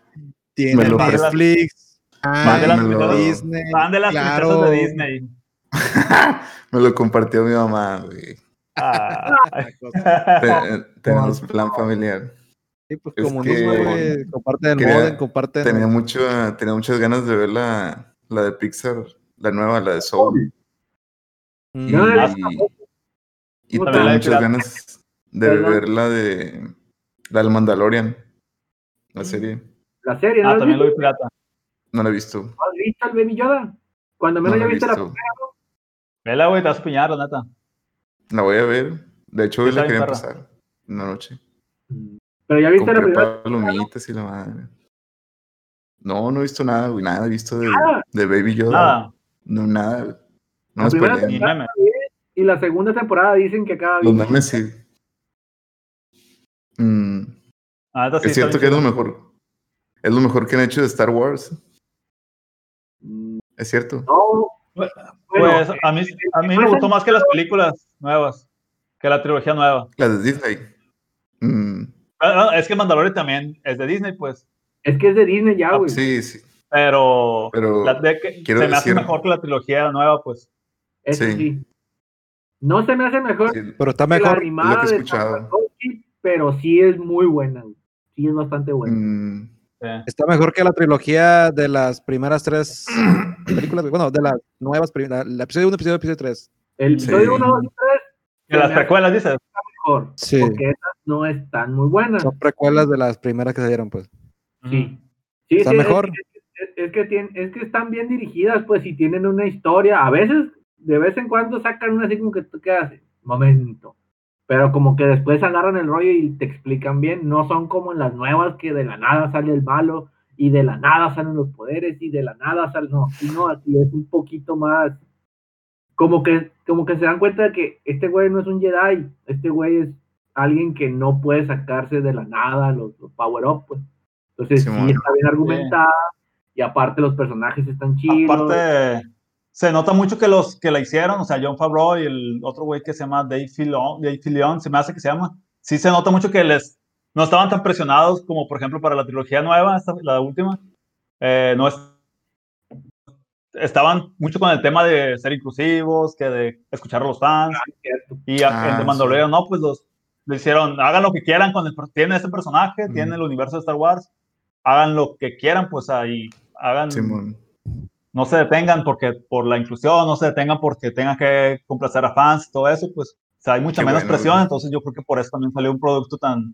S2: Tiene
S4: Me lo
S2: Netflix.
S1: Van de las
S2: Ay,
S1: princesas-
S2: Disney.
S4: Eh,
S1: Fan de las
S2: claro.
S1: princesas de Disney.
S4: Me lo compartió mi mamá, güey.
S1: Ah.
S2: Esa cosa.
S4: Te- eh, Tenemos plan familiar.
S2: Sí, pues
S4: Es
S2: como
S4: que-
S2: no, güey. Comparten el
S4: quería-
S2: modem, comparten.
S4: Tenía, mucho, tenía muchas ganas de ver la, la de Pixar, la nueva, la de Soul.
S2: Mm,
S4: Y,
S3: No,
S4: y- y
S3: Puta,
S4: tenía
S1: la de
S4: muchas
S1: Pirata.
S4: ganas de
S3: ¿Verdad?
S4: ver la de la del Mandalorian,
S3: Mm.
S4: la serie.
S3: La serie, ¿no?
S1: Ah,
S3: ¿Has
S1: también lo vi
S3: visto?
S1: pirata.
S4: No la he visto.
S3: ¿Has visto al Baby Yoda? Cuando
S4: No
S3: menos
S4: la
S3: ya
S4: he
S3: viste la
S4: visto.
S1: Vela, güey, te vas a piñar, la neta.
S4: La voy a ver. De hecho, hoy
S1: Está
S4: la
S1: bien
S4: quería
S1: perra.
S4: empezar en la noche.
S3: Mm. Pero ya viste la
S4: Compré
S3: primera.
S4: palomitas y la madre. No, no he visto nada, güey. Nada he visto de,
S3: Nada.
S4: de Baby Yoda.
S1: Nada,
S4: No, nada. güey. No
S3: La
S4: nos
S3: primera
S1: ni
S4: pelean.
S1: meme.
S3: Y la segunda temporada dicen que acaba
S4: Los
S3: bien.
S4: memes sí. Mm,
S1: La neta Ah, sí.
S4: es cierto
S1: está
S4: que es
S1: bien
S4: lo mejor. Es lo mejor que han hecho de Star Wars.
S3: Mm,
S4: Es cierto.
S3: No.
S1: Pues,
S3: Bueno,
S1: chido. Pues a mí, a mí me gustó más que las películas nuevas, que la trilogía nueva.
S4: La de Disney. Mm,
S1: Ah, ah, Es que Mandalorian también es de Disney, pues.
S3: es que es de Disney ya,
S1: Ah,
S3: güey.
S4: sí, sí.
S1: Pero,
S4: Pero
S1: la de que- se
S4: quiero
S1: me hace
S4: decir-
S1: mejor que la trilogía nueva, pues.
S3: Eso
S4: Sí.
S3: sí. No se me hace mejor
S4: sí,
S2: Pero está
S3: que la
S2: mejor.
S4: lo
S3: animada
S4: que he
S3: de Star
S4: escuchado.
S3: pero sí es muy buena. güey. Sí es bastante buena.
S4: mm,
S1: Eh,
S2: Está mejor que la trilogía de las primeras tres películas. Bueno, de las nuevas. prim- La, la episodio 1, episodio episodio 3.
S3: El
S1: Sí.
S3: episodio 1, 2 y 3
S1: Que
S3: Se
S1: las
S3: me hace-
S1: precuelas, dices.
S3: mejor.
S2: Sí.
S3: Porque esas no están muy buenas.
S2: Son precuelas de las primeras que salieron, pues.
S3: Sí. Sí,
S2: Está
S3: sí, es-
S2: mejor.
S3: Es, es que tienen, es que están bien dirigidas, pues, y tienen una historia. A veces, de vez en cuando sacan una así como que tú quedas, momento. Pero como que después agarran el rollo y te explican bien. No son como en las nuevas que de la nada sale el malo y de la nada salen los poderes y de la nada salen. No, aquí no, aquí es un poquito más. Como que, como que se dan cuenta de que este güey no es un Jedi, este güey es alguien que no puede sacarse de la nada los, los power-up, pues. Entonces, sí,
S4: Simón.
S3: está bien argumentada y aparte los personajes están chidos.
S1: Aparte, se nota mucho que los que la hicieron, o sea, John Favreau y el otro güey que se llama Dave Filon, Dave Filon, se me hace que se llama. Sí se nota mucho que les no estaban tan presionados como, por ejemplo, para la trilogía nueva, esta- la última. Eh, no es- estaban mucho con el tema de ser inclusivos, que de escuchar a los fans.
S3: cierto.
S1: Y a-
S4: Ah,
S1: en The
S4: sí.
S1: Mandalorian, no, pues los le hicieron, hagan lo que quieran con el, per- tiene ese personaje,
S4: Ujú.
S1: tiene el universo de Star Wars, hagan lo que quieran, pues ahí, hagan
S4: Simón.
S1: no se detengan porque por la inclusión, no se detengan porque tengan que complacer a fans, todo eso, pues o sea, hay mucha
S4: Qué
S1: menos
S4: bueno,
S1: presión,
S4: güey.
S1: entonces yo creo que por eso también salió un producto tan,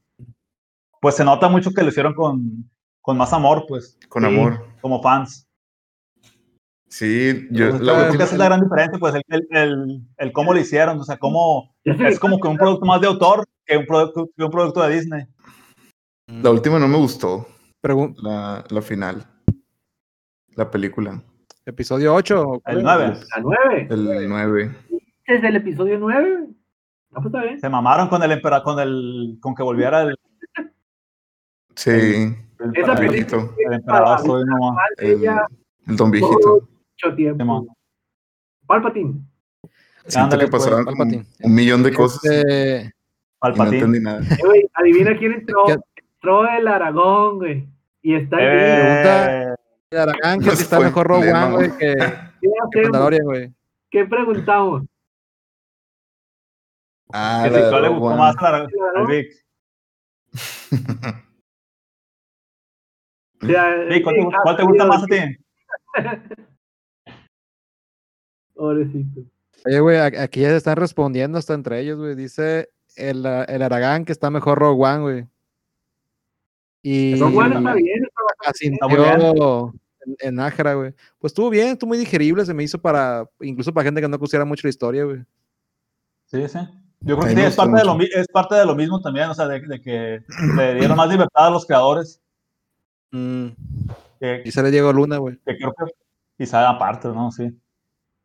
S1: pues se nota mucho que lo hicieron con, con más amor, pues,
S4: Con
S3: Sí.
S4: amor.
S1: como fans.
S4: Sí, yo
S1: Entonces,
S4: la
S1: yo creo que
S4: última-
S1: esa es la gran diferencia, pues, el, el, el, el cómo lo hicieron, o sea, cómo,
S3: Ya se
S1: es
S3: le-
S1: como que un producto más de autor que un producto, que un producto de Disney.
S4: la última no me gustó.
S2: Pregun-
S4: La, la final. La película.
S2: episodio 8.
S1: El 9,
S4: pues.
S3: La 9.
S4: El 9.
S3: Este es el episodio 9. No, pues está bien.
S1: se mamaron con el empera- con el, con que volviera el,
S4: Sí.
S1: el
S3: Esa
S4: El
S1: emperador,
S3: película
S4: viejito.
S1: el emperador, soy nomás.
S3: Mal de
S4: El,
S3: ella
S4: el don
S1: Oh,
S4: viejito.
S3: mucho tiempo.
S1: Simón.
S3: Palpatine.
S4: Siento
S1: Ándale,
S4: que pasaron
S2: pues,
S4: como
S2: Palpatine.
S4: un millón de cosas
S2: Este,
S4: y no
S1: Palpatine.
S4: entendí nada.
S3: Eh, güey, adivina quién entró.
S2: ¿Qué?
S3: Entró el Aragón, güey. Y está ahí.
S1: Eh,
S2: pregunta. de Aragán, que
S4: No
S2: sí está
S4: fue
S2: mejor Rogue
S4: problema,
S2: One, güey, que,
S3: ¿Qué
S2: que
S3: hacemos?
S2: Mandalorian, güey.
S3: ¿Qué preguntamos?
S4: Ah,
S1: que
S4: la
S1: si
S4: de
S1: cuál le
S4: Rogue
S1: gustó
S4: One.
S1: más al, al Vic.
S3: O sea, eh, ah,
S1: Vic, ¿cuál, te,
S3: sí,
S1: gu- cuál te gusta más a ti?
S3: Pobrecito.
S2: Oye, güey, a- aquí ya se están respondiendo hasta entre ellos, güey. Dice el, ah, el Aragán que está mejor Rogue One, güey. Y
S3: Rogue One está
S1: también.
S3: bien. está bastante
S2: asintió
S1: muy
S2: en- en Ájara, güey. Pues estuvo bien, estuvo muy digerible, se me hizo para, incluso para gente que no conociera mucho la historia, güey.
S1: Sí, sí. Yo
S4: A
S1: creo
S4: mí
S1: que sí,
S4: me
S1: es
S4: gustó
S1: parte, de
S4: mucho.
S1: lo, mi- es parte de lo mismo también, o sea, de, de que le dieron más libertad a los creadores,
S4: Mm.
S1: que,
S2: Y se le llegó Luna, güey.
S1: que creo que quizá aparte, ¿no? Sí.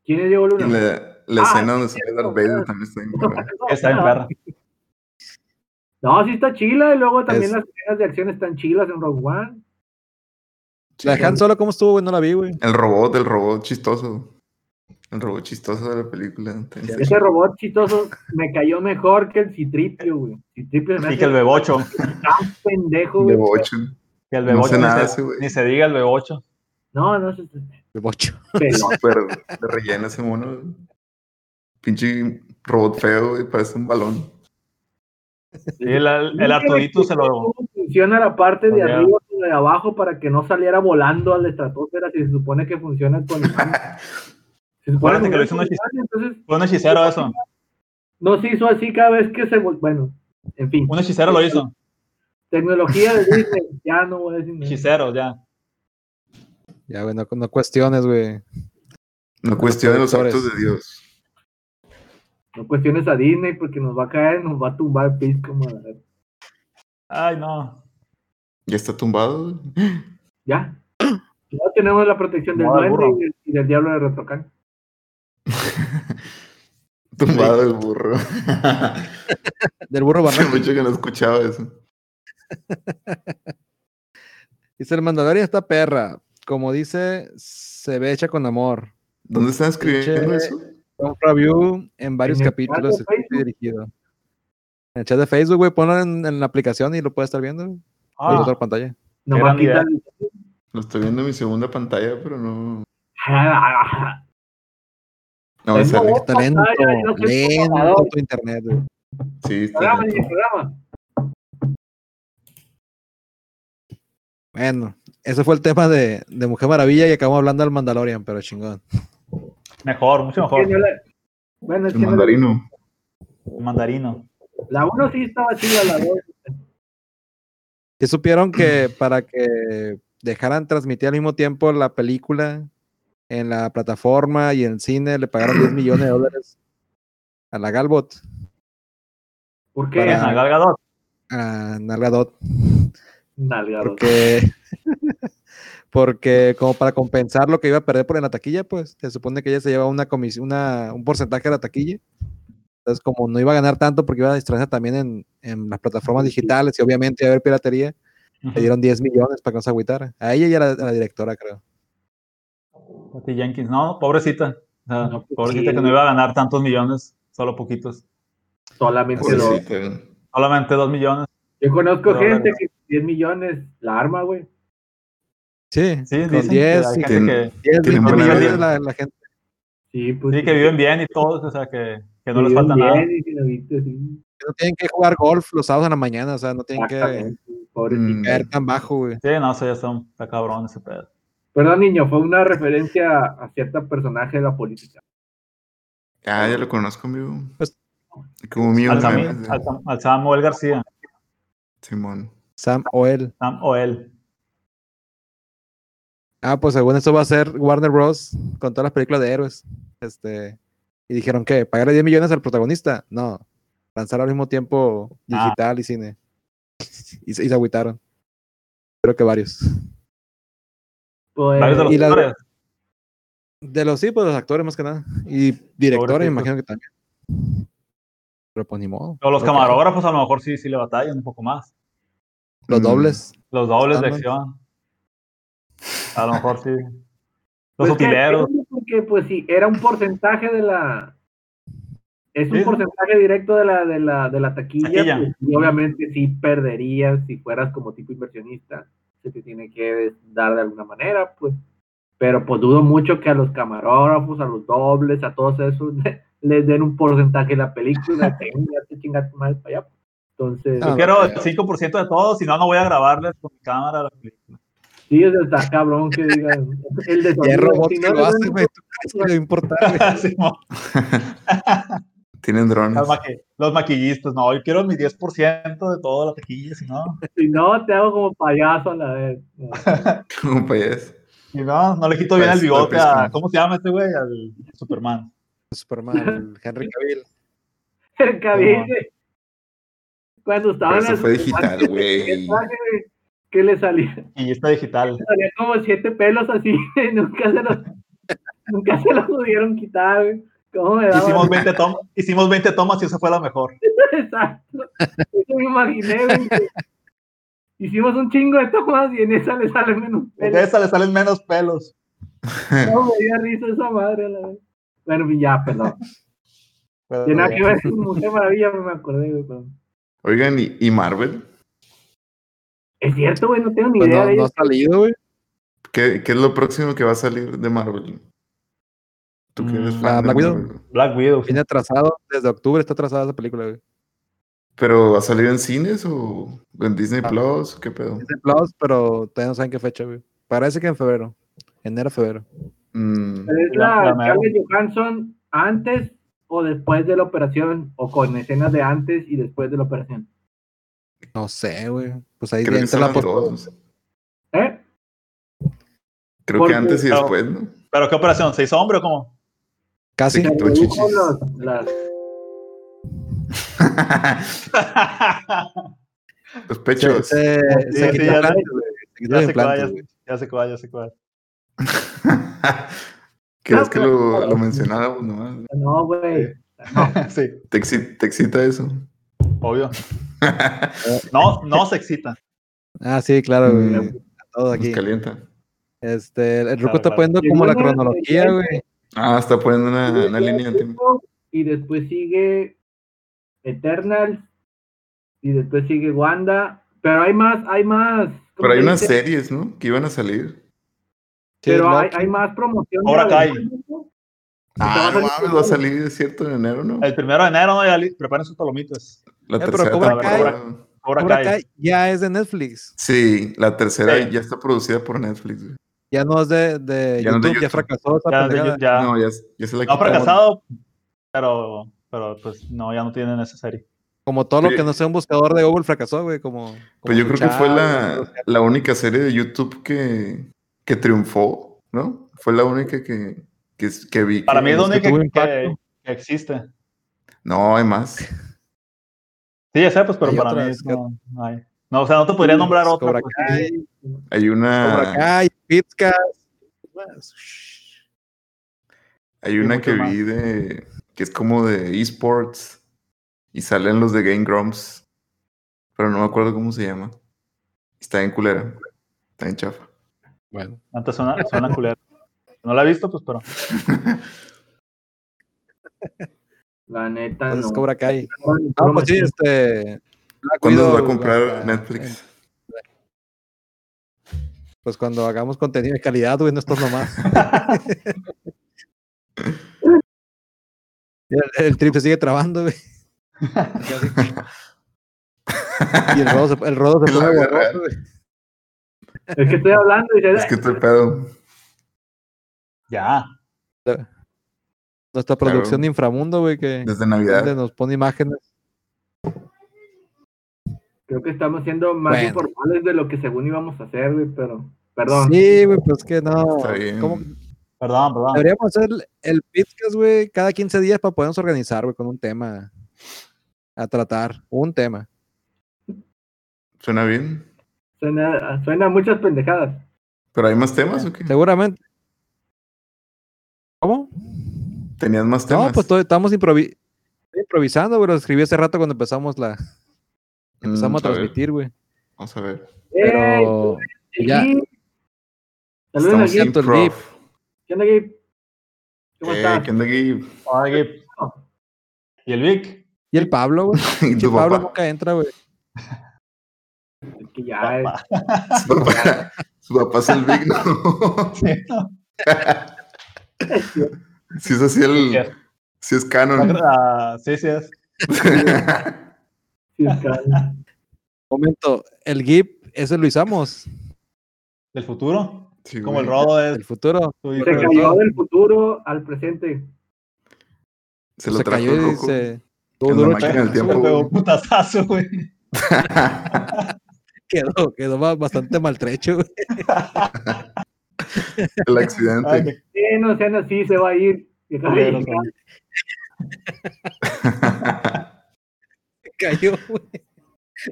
S3: ¿Quién es Diego
S4: Y
S3: Luna?
S4: la, la
S3: Ah,
S4: escena donde sale
S3: cierto,
S4: Darth Vader también está bien padre.
S1: Está en perra.
S3: No, sí está chila. Y luego también
S4: Es-
S3: las escenas de acción están chilas en Rogue One.
S2: La dejan solo cómo estuvo, güey, no la vi, güey.
S4: El robot, el robot chistoso. El robot chistoso de la película. también está
S3: Ese robot chistoso me cayó mejor que el Citripio, güey. Citripio se me
S1: Y
S3: hace
S1: que el Bebocho,
S3: tan pendejo,
S4: De
S3: güey.
S4: bocho.
S1: que el
S4: No
S1: Bebocho,
S4: sé
S1: ni,
S4: nada de
S1: se,
S4: ese, güey.
S1: ni se diga el Bebocho.
S3: No, no, es
S2: El bocho.
S3: pelón.
S4: Súper de relleno ese mono. güey. Pinche robot feo, güey. Parece un balón.
S1: Y el, el Arturito se lo...
S3: ¿Cómo funciona la parte de
S1: Oye.
S3: arriba y de abajo para que no saliera volando a la estratosfera si se supone que funciona con Se supone
S1: Acuérdate que lo hizo un
S3: funciona, entonces
S1: Fue un hechicero eso.
S3: no se hizo así cada vez que se vol- bueno, En fin.
S1: Un hechicero lo hizo.
S3: Tecnología de Disney. ya no voy a decir nada.
S1: Hechiceros, ya.
S2: Ya, güey, no, no cuestiones, güey.
S4: No cuestione los actos de Dios.
S3: No cuestiones a Disney porque nos va a caer, nos va a tumbar pis como a la-
S1: Ay, no.
S4: Ya está tumbado.
S3: Ya. Ya tenemos la protección del
S1: No, el
S3: duende
S1: burro.
S3: y del, y del diablo de Retrocán.
S4: tumbado el burro.
S2: Del burro
S4: Hace
S2: barranco.
S4: mucho que no escuchaba eso.
S2: Dice el Mandalorian está perra. Como dice, se ve hecha con amor.
S4: ¿Dónde están escribiendo
S2: Pinche-
S4: eso?
S2: Un review en varios
S3: En el
S2: capítulos
S3: chat de
S2: escrito y dirigido. En el chat de Facebook, güey, ponlo en, en la aplicación y lo puedes estar viendo. güey. O en
S1: Ah,
S2: otra pantalla.
S3: No
S1: gran
S3: más quita.
S4: Lo estoy viendo en mi segunda pantalla, pero no. No me
S3: Es
S4: sale.
S3: nuevo.
S2: Está lento,
S3: Ay, ay, Oh, no, qué
S2: lento
S3: mamador.
S2: tu internet, güey.
S4: Sí, está
S3: Programa,
S4: lento.
S3: Gigi, programa.
S2: Bueno, ese fue el tema de, de Mujer Maravilla y acabamos hablando del Mandalorian, pero chingón.
S1: mejor, mucho
S3: Es que
S1: mejor.
S3: no la- Bueno, es
S4: El
S3: que no la-
S4: mandarino.
S1: Mandarino.
S3: la 1 sí estaba chida, la 2.
S2: ¿Sí supieron que para que dejaran transmitir al mismo tiempo la película en la plataforma y en el cine, le pagaron 10 millones de dólares a la Galbot?
S3: ¿Por qué?
S1: ¿Qué es? ¿La
S2: Para-
S1: Gal Gadot?
S2: a Nalgadot
S3: Nalgado.
S2: porque porque como para compensar lo que iba a perder por en la taquilla pues se supone que ella se lleva una comisión una, un porcentaje de la taquilla entonces como no iba a ganar tanto porque iba a distraerse también en, en las plataformas digitales y obviamente iba a haber piratería le dieron 10 millones para que no se agüitara a ella y a la, a la directora creo
S1: Patty Jenkins, no, pobrecita. O sea,
S3: No, pues,
S1: pobrecita
S3: sí.
S1: que no iba a ganar tantos millones, solo poquitos.
S3: Solamente
S2: Pero-
S3: dos.
S4: Pobrecita, güey.
S1: Solamente dos millones.
S3: Yo conozco
S1: No,
S3: gente
S1: no.
S3: que 10 millones la arma, güey.
S2: sí,
S1: Sí,
S2: con
S1: dicen
S2: 10
S1: que hay gente
S4: Tiene-
S1: que,
S2: 10
S4: tienen
S1: buena vida.
S2: millones la, la gente
S3: Sí, pues.
S1: sí, que viven bien y todos, o sea, que, que no les
S3: Viven
S1: falta
S3: bien
S1: nada.
S3: y que la viste, sí.
S2: no tienen que jugar golf los sábados en la mañana o sea no tienen que
S3: Exactamente, pobrecito.
S4: Mm.
S2: caer tan bajo güey.
S1: Sí, no, eso ya está, un- está cabrón ese pedo.
S3: Perdón, niño, fue una referencia a cierto personaje de la política.
S4: Ah, ya lo conozco, amigo.
S2: Pues-
S4: Como mío,
S1: Al,
S4: los
S1: Sami-
S4: memes de
S1: al Sam- al Samuel García,
S4: Simón.
S2: Sam Oel
S1: Sam o él.
S2: Ah, pues según eso va a ser Warner Bros. con todas las películas de héroes. Este, y dijeron que pagarle 10 millones al protagonista. No, lanzar al mismo tiempo
S1: Ah.
S2: digital y cine. Y, se- y se agüitaron. Creo que varios.
S3: Pues,
S1: Varios de los
S2: Eh, y la-
S1: actores.
S2: De los sí, pues los actores más que nada. Y directores, me
S1: Pobrecitos.
S2: imagino que también. Pero pues ni modo.
S1: O los
S2: Creo que
S1: camarógrafos a lo mejor sí, sí le batallan un poco más.
S2: Los
S4: Mm.
S2: dobles.
S1: Los dobles de
S2: Stanman.
S1: acción. A lo mejor sí. Los
S3: pues, ¿qué?
S1: utileros.
S3: Porque, pues sí, era un porcentaje de la. Es un
S1: Sí.
S3: porcentaje directo de la, de la, de la taquilla.
S1: Taquilla.
S3: pues, y obviamente sí perderías si fueras como tipo inversionista. Se te tiene que dar de alguna manera, pues. Pero pues dudo mucho que a los camarógrafos, a los dobles, a todos esos, les den un porcentaje de la película. Tenga, te chingas mal para allá. Entonces.
S2: Ah, no
S1: Quiero el
S2: creo.
S1: 5% de todos, si no, no voy a grabarles con mi cámara la película.
S3: Sí, es está cabrón que digan. El
S2: Y
S3: de
S2: hay
S3: sonido,
S2: robots
S3: si
S2: que
S3: no
S2: lo
S3: le dan
S2: hacen, güey. ¿Tú crees que le va a importar, güey?
S1: Sí, mo-
S4: Tienen drones.
S1: Los, maqui- los maquillistas, no, yo quiero mi 10% de toda la taquilla, si no,
S3: Si no, te hago como payaso a la vez. No.
S4: Como payaso.
S1: si no, no le quito bien
S4: Pues,
S1: el bigote
S4: pues,
S1: a,
S4: como-
S1: ¿cómo se llama este güey? Al Superman.
S2: Superman, Henry Cavill.
S3: El cabello. Cuando
S4: Pero
S3: estaban
S4: eso fue digital, güey.
S3: que le salía,
S1: Y está digital.
S3: salía como siete pelos así, nunca se los, nunca se los pudieron quitar, güey. ¿Cómo me daba?
S1: Hicimos 20, tomas, hicimos 20 tomas y esa fue la mejor.
S3: Exacto. Eso me imaginé, güey. que Hicimos un chingo de tomas y en esa le sale menos
S1: De
S3: pelos.
S1: esa le salen menos pelos.
S3: No, me dio risa esa madre, a la vez. Bueno, ya, perdón.
S1: Pero
S3: Tiene nada que
S1: ya.
S3: ver con Mujer Maravilla, no me acordé, güey. pero-
S4: Oigan, ¿y, y Marvel?
S3: Es cierto, güey, no tengo ni
S2: Pues
S3: idea
S2: no,
S3: de
S2: no
S3: ello.
S2: ha salido, güey.
S4: ¿Qué, qué es lo próximo que va a salir de Marvel? ¿Tú que eres
S1: Mm,
S4: fan
S2: la
S4: de
S2: Black Widow.
S4: Marvel?
S1: Black Widow.
S2: Viene atrasado. Desde octubre está atrasada esa película, güey.
S4: ¿Pero va a salir en cines o en Disney
S2: Ah.
S4: Plus? ¿Qué pedo?
S2: Disney Plus, pero todavía no saben qué fecha, güey. Parece que en febrero. Enero, febrero.
S4: Mm,
S3: Pero es
S1: La-
S3: la
S1: la mera.
S3: Scarlett Johansson antes o después de la operación o con escenas de antes y después de la operación?
S2: No sé, güey. Pues ahí
S4: Creo que
S2: entra
S4: son
S2: la
S4: las
S2: post-
S4: dos.
S3: ¿Eh?
S4: Creo
S3: Porque-
S4: que antes y
S1: no.
S4: después, ¿no?
S1: ¿Pero qué operación? ¿Se hizo hombre o cómo?
S2: Casi.
S4: Sí.
S3: Se
S4: Dos
S3: redujo
S4: chichis.
S3: los- las-
S4: Los
S2: Se,
S4: pechos.
S2: se-
S1: Sí,
S2: se
S1: sí,
S2: quitó
S1: ya-
S2: implantes, güey. Se quitó
S1: ya
S2: los
S1: sé cuál,
S2: implantes,
S1: ya
S2: güey.
S1: ya sé cuál, ya sé cuál.
S4: ¿Crees que lo, lo mencionábamos nomás?
S3: No, güey.
S1: sí,
S4: ¿Te, exi- te excita eso?
S1: obvio. No, no se excita.
S2: Ah, sí, claro, güey.
S4: Mm,
S2: A todos
S4: nos
S2: aquí.
S4: calienta.
S2: Este, el Ruco
S1: Claro,
S2: está
S1: claro.
S2: poniendo como la
S3: Según el
S2: cronología, güey.
S4: Ah, está poniendo una, una línea de tiempo.
S3: Y después sigue Eternals. Y después sigue Wanda. Pero hay más, hay más. ¿cómo
S4: Pero hay
S3: se
S4: unas
S3: dice?
S4: series, ¿no? Que iban a salir.
S2: Sí,
S3: Pero hay,
S2: Loki.
S3: hay más promoción.
S1: Ahora
S3: de la de
S1: cae.
S3: Wanda, ¿no?
S4: Ah, no
S3: va a salir-
S4: mames, va a salir, es cierto, en enero, ¿no?
S1: El primero de enero, ¿no? ya li- preparen sus palomitas.
S4: La
S2: Eh, pero
S4: tercera
S2: Cobra
S1: Kai-
S4: temporada.
S1: Ahora
S2: Cobra
S1: cae.
S2: Kai ya es de Netflix.
S4: Sí, la tercera
S1: Sí.
S4: ya está producida por Netflix. güey.
S2: Ya no es de, de
S4: Ya no es
S2: YouTube,
S4: de
S2: ya
S4: YouTube.
S2: fracasó esa
S1: Ya, ya-
S2: pendejada.
S1: ya-
S4: No, ya, ya se la
S1: no Ah. ha
S4: quitaron.
S1: fracasado, pero, pero pues no, ya no tienen esa serie.
S2: Como todo lo
S4: Sí.
S2: que no sea un buscador de Google fracasó, güey. Como, como
S4: Pues yo creo que fue
S2: Chavo,
S4: la,
S2: güey.
S4: la única serie de YouTube que, que triunfó, ¿no? Fue la única que, que, que vi.
S1: Para
S4: que-
S1: mí es la
S2: los que
S1: única
S2: tuvo
S1: que,
S2: impacto.
S1: que existe.
S4: No, hay más.
S1: Sí, ya sé, pues, pero
S2: Hay
S1: para mí
S2: otras que-
S1: no, no hay. No, o sea, no te podría nombrar otra.
S2: Cobra
S1: pues.
S2: Kai,
S4: Hay
S2: Cobra
S4: una,
S2: Kai, Pizca.
S1: Ah,
S4: hay
S1: y
S4: una que
S1: muchas
S4: vi de que es como de esports y salen los de Game Grumps, pero no me acuerdo cómo se llama. Está en culera, está en chafa.
S2: Bueno,
S1: Antes suena, suena culera. No la he visto, pues, pero.
S3: La neta.
S2: entonces
S3: no.
S2: Pues, Cobra Kai. Ah, pues
S3: Promoción.
S2: sí, este. Black
S4: ¿Cuándo
S2: Widow,
S4: los va a comprar
S2: hasta-
S4: Netflix?
S2: Pues cuando hagamos contenido de calidad, güey, no estos nomás. Y el, el trip se sigue trabando, güey. Y el rodo se, el rodo se
S4: En la
S2: pone
S4: vida
S2: borroso,
S4: real.
S2: güey.
S3: Es que estoy hablando y se-
S4: Es que este pedo.
S1: Ya.
S2: Nuestra producción de inframundo, güey, que
S4: Desde
S2: donde
S4: Navidad.
S2: nos pone imágenes.
S3: creo que estamos siendo más
S2: Bueno.
S3: informales de lo que según íbamos a hacer, güey, pero perdón.
S2: Sí, güey, pues que no.
S4: Está bien.
S2: ¿Cómo-
S1: Perdón, perdón.
S2: Deberíamos hacer el- el podcast, güey, cada 15 días para podernos organizar, güey, con un tema a tratar. Un tema.
S4: Suena bien.
S3: Suena, suena a muchas pendejadas.
S4: ¿Pero hay más temas o qué?
S2: Seguramente. ¿Cómo?
S4: ¿Tenías más temas?
S2: No, pues todo- estamos improvi- improvisando, güey. Lo escribí hace rato cuando empezamos la empezamos
S4: Mm,
S2: a
S4: ver,
S2: transmitir, güey.
S4: vamos a ver.
S3: ¡Ey!
S2: Pero ya,
S3: Sí. Saludos
S2: haciendo-
S4: Estamos
S3: a Gib.
S4: en
S2: Cierto, el
S4: prof.
S3: ¿Qué onda, Gib? ¿Cómo
S4: Eh,
S3: estás?
S4: ¿Qué onda aquí?
S1: Ahora, Gip. ¿Y el Vic?
S2: y el Pablo, güey.
S4: ¿Y
S2: Che,
S4: tu
S2: Pablo
S4: papá?
S2: nunca entra, güey.
S3: Es que
S1: Ah,
S3: ya, eh,
S4: Su papá, su papá es el Big, ¿no? Si es así el... Si es canon.
S1: Ah, sí, sí es.
S3: sí, cabrón.
S2: Momento, el GIP, ese lo usamos.
S1: Del futuro.
S4: Sí,
S1: Como el
S4: güey.
S1: rodo es
S2: El futuro.
S1: tu
S3: Se
S1: hijo.
S2: Pero
S3: cayó
S2: todo.
S3: del futuro al presente.
S4: Se lo
S2: se
S4: trajo
S2: cayó y
S4: el Goku.
S2: se.
S4: En
S2: Tuvo
S4: la
S2: duro
S4: máquina del
S1: Se
S2: chacazo,
S1: le
S4: tiempo.
S2: güey.
S1: pegó un putazazo, güey.
S2: Quedó, quedó ba- bastante maltrecho, güey.
S4: El
S1: Ay,
S4: accidente.
S1: qué
S3: Eh, no sean así, se va a ir. Que tal,
S1: culero,
S3: y-
S1: güey.
S2: Se Cayó, güey.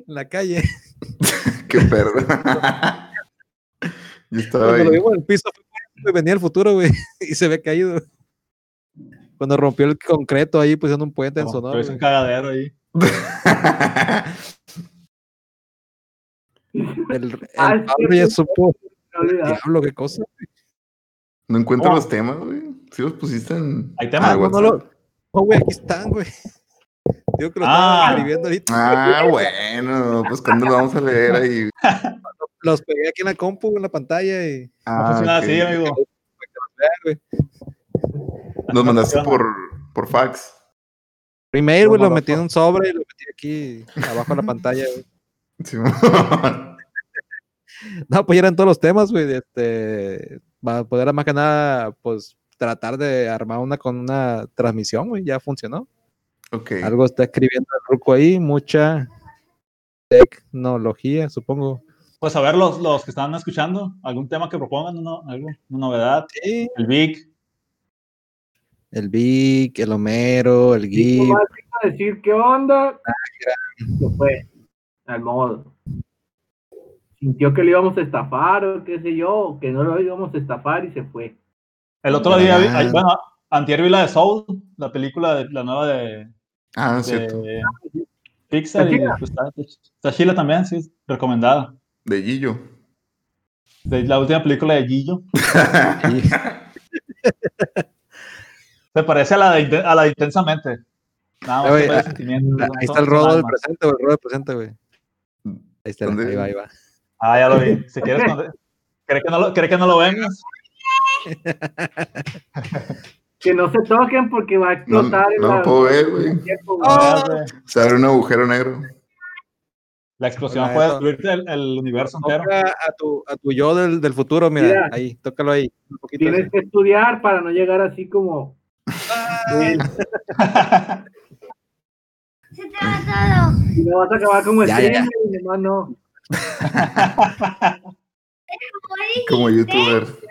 S2: En la calle.
S4: Qué perro. Yo estaba
S2: Cuando lo
S4: ahí.
S2: vimos en el piso, fue por eso, güey, venía el futuro, güey, y se ve caído. Cuando rompió el concreto ahí, pusieron un puente en
S1: Como
S2: Sonora.
S1: que hizo un
S2: güey.
S1: cagadero ahí.
S2: El, el
S3: Ah, sí,
S2: Pablo ya
S3: sí.
S2: supo,
S3: no olvidar.
S2: diablo, qué cosa.
S4: No encuentro
S1: Oh.
S4: los temas, güey. Si los pusiste en...
S1: Hay temas,
S4: Ah,
S2: No, no
S4: WhatsApp.
S2: lo. No, güey, aquí están, güey. Digo que lo
S1: Ah.
S2: estaba escribiendo ahorita.
S4: Ah, bueno. Pues cuando lo vamos a leer ahí.
S2: Los pegué aquí en la compu, en la pantalla y.
S1: No
S4: Ah,
S1: funciona
S4: ok.
S1: así, amigo.
S4: Nos
S2: Ah,
S4: mandaste
S1: funciona.
S4: por, por fax.
S2: Primero, güey,
S1: No,
S2: lo
S1: no,
S2: metí en
S1: no.
S2: un sobre y lo metí aquí abajo en la pantalla, güey.
S4: Sí.
S2: No, pues ya eran todos los temas, güey. de Este, va- pues era más que nada, pues, tratar de armar una con una transmisión, güey, ya funcionó.
S4: Ok.
S2: Algo está escribiendo el ruco ahí, mucha tecnología, supongo.
S1: Pues a ver, los, los que están escuchando, algún tema que propongan, una, algo, una novedad.
S2: Sí.
S1: El Vic,
S2: El Vic, el Homero, el
S3: Y
S2: Gui.
S3: a decir qué onda. Se fue, al modo. Sintió que le íbamos a estafar o qué sé yo, o que no lo íbamos a estafar y se fue.
S1: el otro día, vi-
S2: Ah.
S1: ay, bueno, antier vi la de Soul, la película, de, la nueva de,
S4: Ah, cierto.
S1: de Pixar.
S3: Está
S1: y,
S3: chila.
S1: pues, está, está chila también, sí, recomendada.
S4: De Gillo.
S1: De la última película de Gillo. Se parece a la de, Inten- a la de Intensamente. Nada más
S2: Oye,
S1: que no hay
S2: ah,
S1: sentimientos,
S2: Ahí
S1: son-
S2: está el
S1: son
S2: rodo del
S1: almas.
S2: presente, güey. El rodo del presente, güey. Ahí está,
S4: ¿Dónde?
S2: ahí va, ahí va.
S1: Ah, ya lo vi. Si quieres,
S3: Ok.
S1: cuando- ¿crees que no lo, crees que no lo vemos?
S3: Que no se toquen porque va a
S4: No,
S3: explotar en
S4: no
S3: la-
S4: lo puedo ver, güey.
S3: tiempo, güey.
S2: Ah.
S4: Se abre un agujero negro.
S1: La explosión
S2: Hola,
S1: puede
S2: Beto.
S1: destruirte el, el universo entero.
S2: Toca a tu, a tu yo del, del futuro, mira,
S3: Mira.
S2: ahí, tócalo ahí. Un poquito
S3: Tienes
S2: así.
S3: que estudiar para no llegar así como.
S2: Ah,
S5: Se te va todo.
S3: Y no vas a acabar como
S2: Ya,
S3: este,
S2: ya, ya.
S3: y nomás no.
S4: Como youtuber.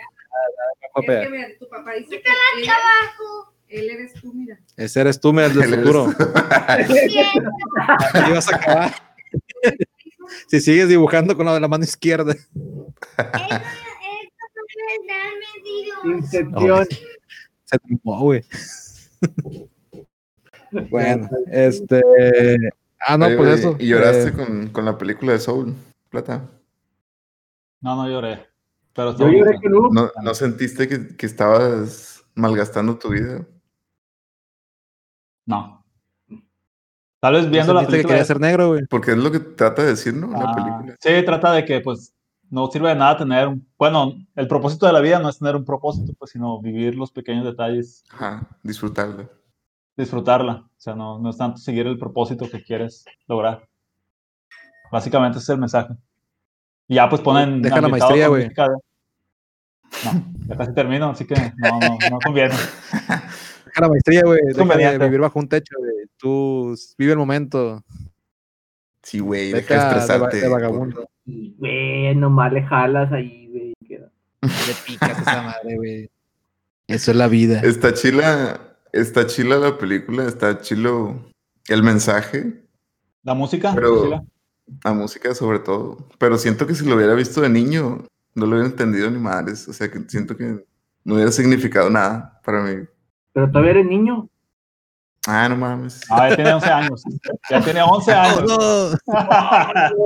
S6: Es que,
S2: papá,
S6: mira, tu papá dice que él,
S5: Trabajo.
S6: él eres tú, mira.
S2: Ese eres tú, mira, el del
S4: Él es-
S2: futuro.
S5: Bien.
S2: Ahí vas a acabar. Si sigues dibujando con la de la mano izquierda.
S5: Esto, esto no me da mentido.
S3: Infección.
S2: Se trimbó, güey. Bueno, este. Ah, no,
S4: Oye,
S2: pues
S4: güey,
S2: eso.
S4: Y lloraste
S2: eh,
S4: con, con la película de Soul, Plata.
S1: No, no lloré. Pero está
S3: Yo lloré
S1: bonito.
S3: que no.
S4: ¿No, no sentiste que, que estabas malgastando tu vida?
S1: No. Tal vez viendo la
S2: ¿no sentiste que
S1: película.
S2: quería ser negro, güey.
S4: Porque es lo que trata de decir, ¿no? La
S1: Ah,
S4: película.
S1: sí, trata de que pues no sirve de nada tener un... Bueno, el propósito de la vida no es tener un propósito, pues, sino vivir los pequeños detalles,
S4: Ajá, disfrutarla.
S1: disfrutarla. O sea, no, no es tanto seguir el propósito que quieres lograr. Básicamente ese es el mensaje. Y ya pues ponen...
S2: Deja la
S1: ambientado
S2: maestría,
S1: con
S2: güey.
S1: música de- No, ya casi termino, así que no, no, no conviene.
S2: Deja la maestría, güey. Deja de
S1: conveniente.
S2: vivir bajo un techo, güey. Tú s- vive el momento.
S4: Sí, güey, deja de
S2: Deja de, va-
S4: estresarte.
S2: de vagabundo.
S3: Y, güey, nomás le jalas ahí, güey. que-
S2: Le picas esa madre, güey. Eso es la vida.
S4: Está chila, está chila la película, está chilo el mensaje,
S1: La música,
S4: Pero-
S1: Priscila,
S4: la música sobre todo. Pero siento que si lo hubiera visto de niño, no lo hubiera entendido ni madres. O sea, que siento que no hubiera significado nada para mí.
S3: Pero todavía eres niño.
S4: Ah, no mames.
S1: Ah, ya tiene 11 años. Ya tiene 11
S4: Ah,
S1: años.
S2: No, no.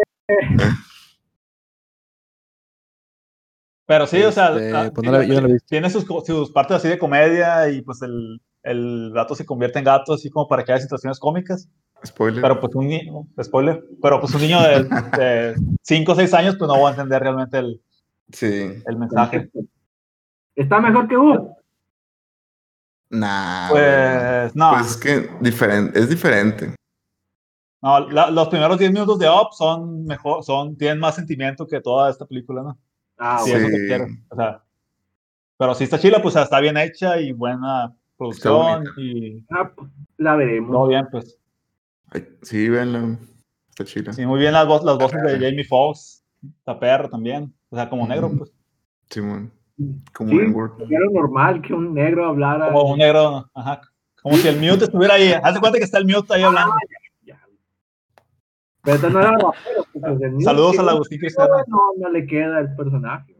S1: Pero sí, o sea,
S2: Este,
S1: ah,
S2: pues no
S1: tiene,
S2: la- yo no la he visto.
S1: tiene sus, co- sus partes así de comedia y pues el, el gato se convierte en gato así como para que haya situaciones cómicas.
S4: Spoiler.
S1: Pero pues un niño, spoiler, pero pues un niño de 5 o 6 años pues no va a entender realmente el,
S4: Sí.
S1: el mensaje.
S3: Está mejor que U.
S4: Nah. güey.
S1: Pues no,
S4: Pues es que diferente, es diferente.
S1: no la- los primeros 10 minutos de Up son mejor, son, tienen más sentimiento que toda esta película, ¿no?
S3: Ah,
S1: Sí,
S3: bueno.
S1: es lo que
S4: Sí.
S1: quiero, o sea, pero sí está chila, pues está bien hecha y buena producción
S4: bonita.
S1: y
S3: Ah, pues, La veremos.
S1: todo bien, pues.
S4: Ay, Sí, véanla. Está chila.
S1: Sí, muy bien las, vo- las voces
S2: Ah.
S1: de Jamie Foxx, está perro también, o sea, como negro, pues,
S4: Simón. Como
S3: Sí.
S4: en Word.
S3: Era normal que un negro hablara.
S1: como un negro, ajá, como si el mute estuviera ahí, hace cuenta que está el mute ahí hablando.
S2: Ah,
S3: Ya. Pero esto no era rapero, pues, el niño
S1: Saludos
S3: que-
S1: a la Agustín Cristiano.
S3: No, no le queda el personaje.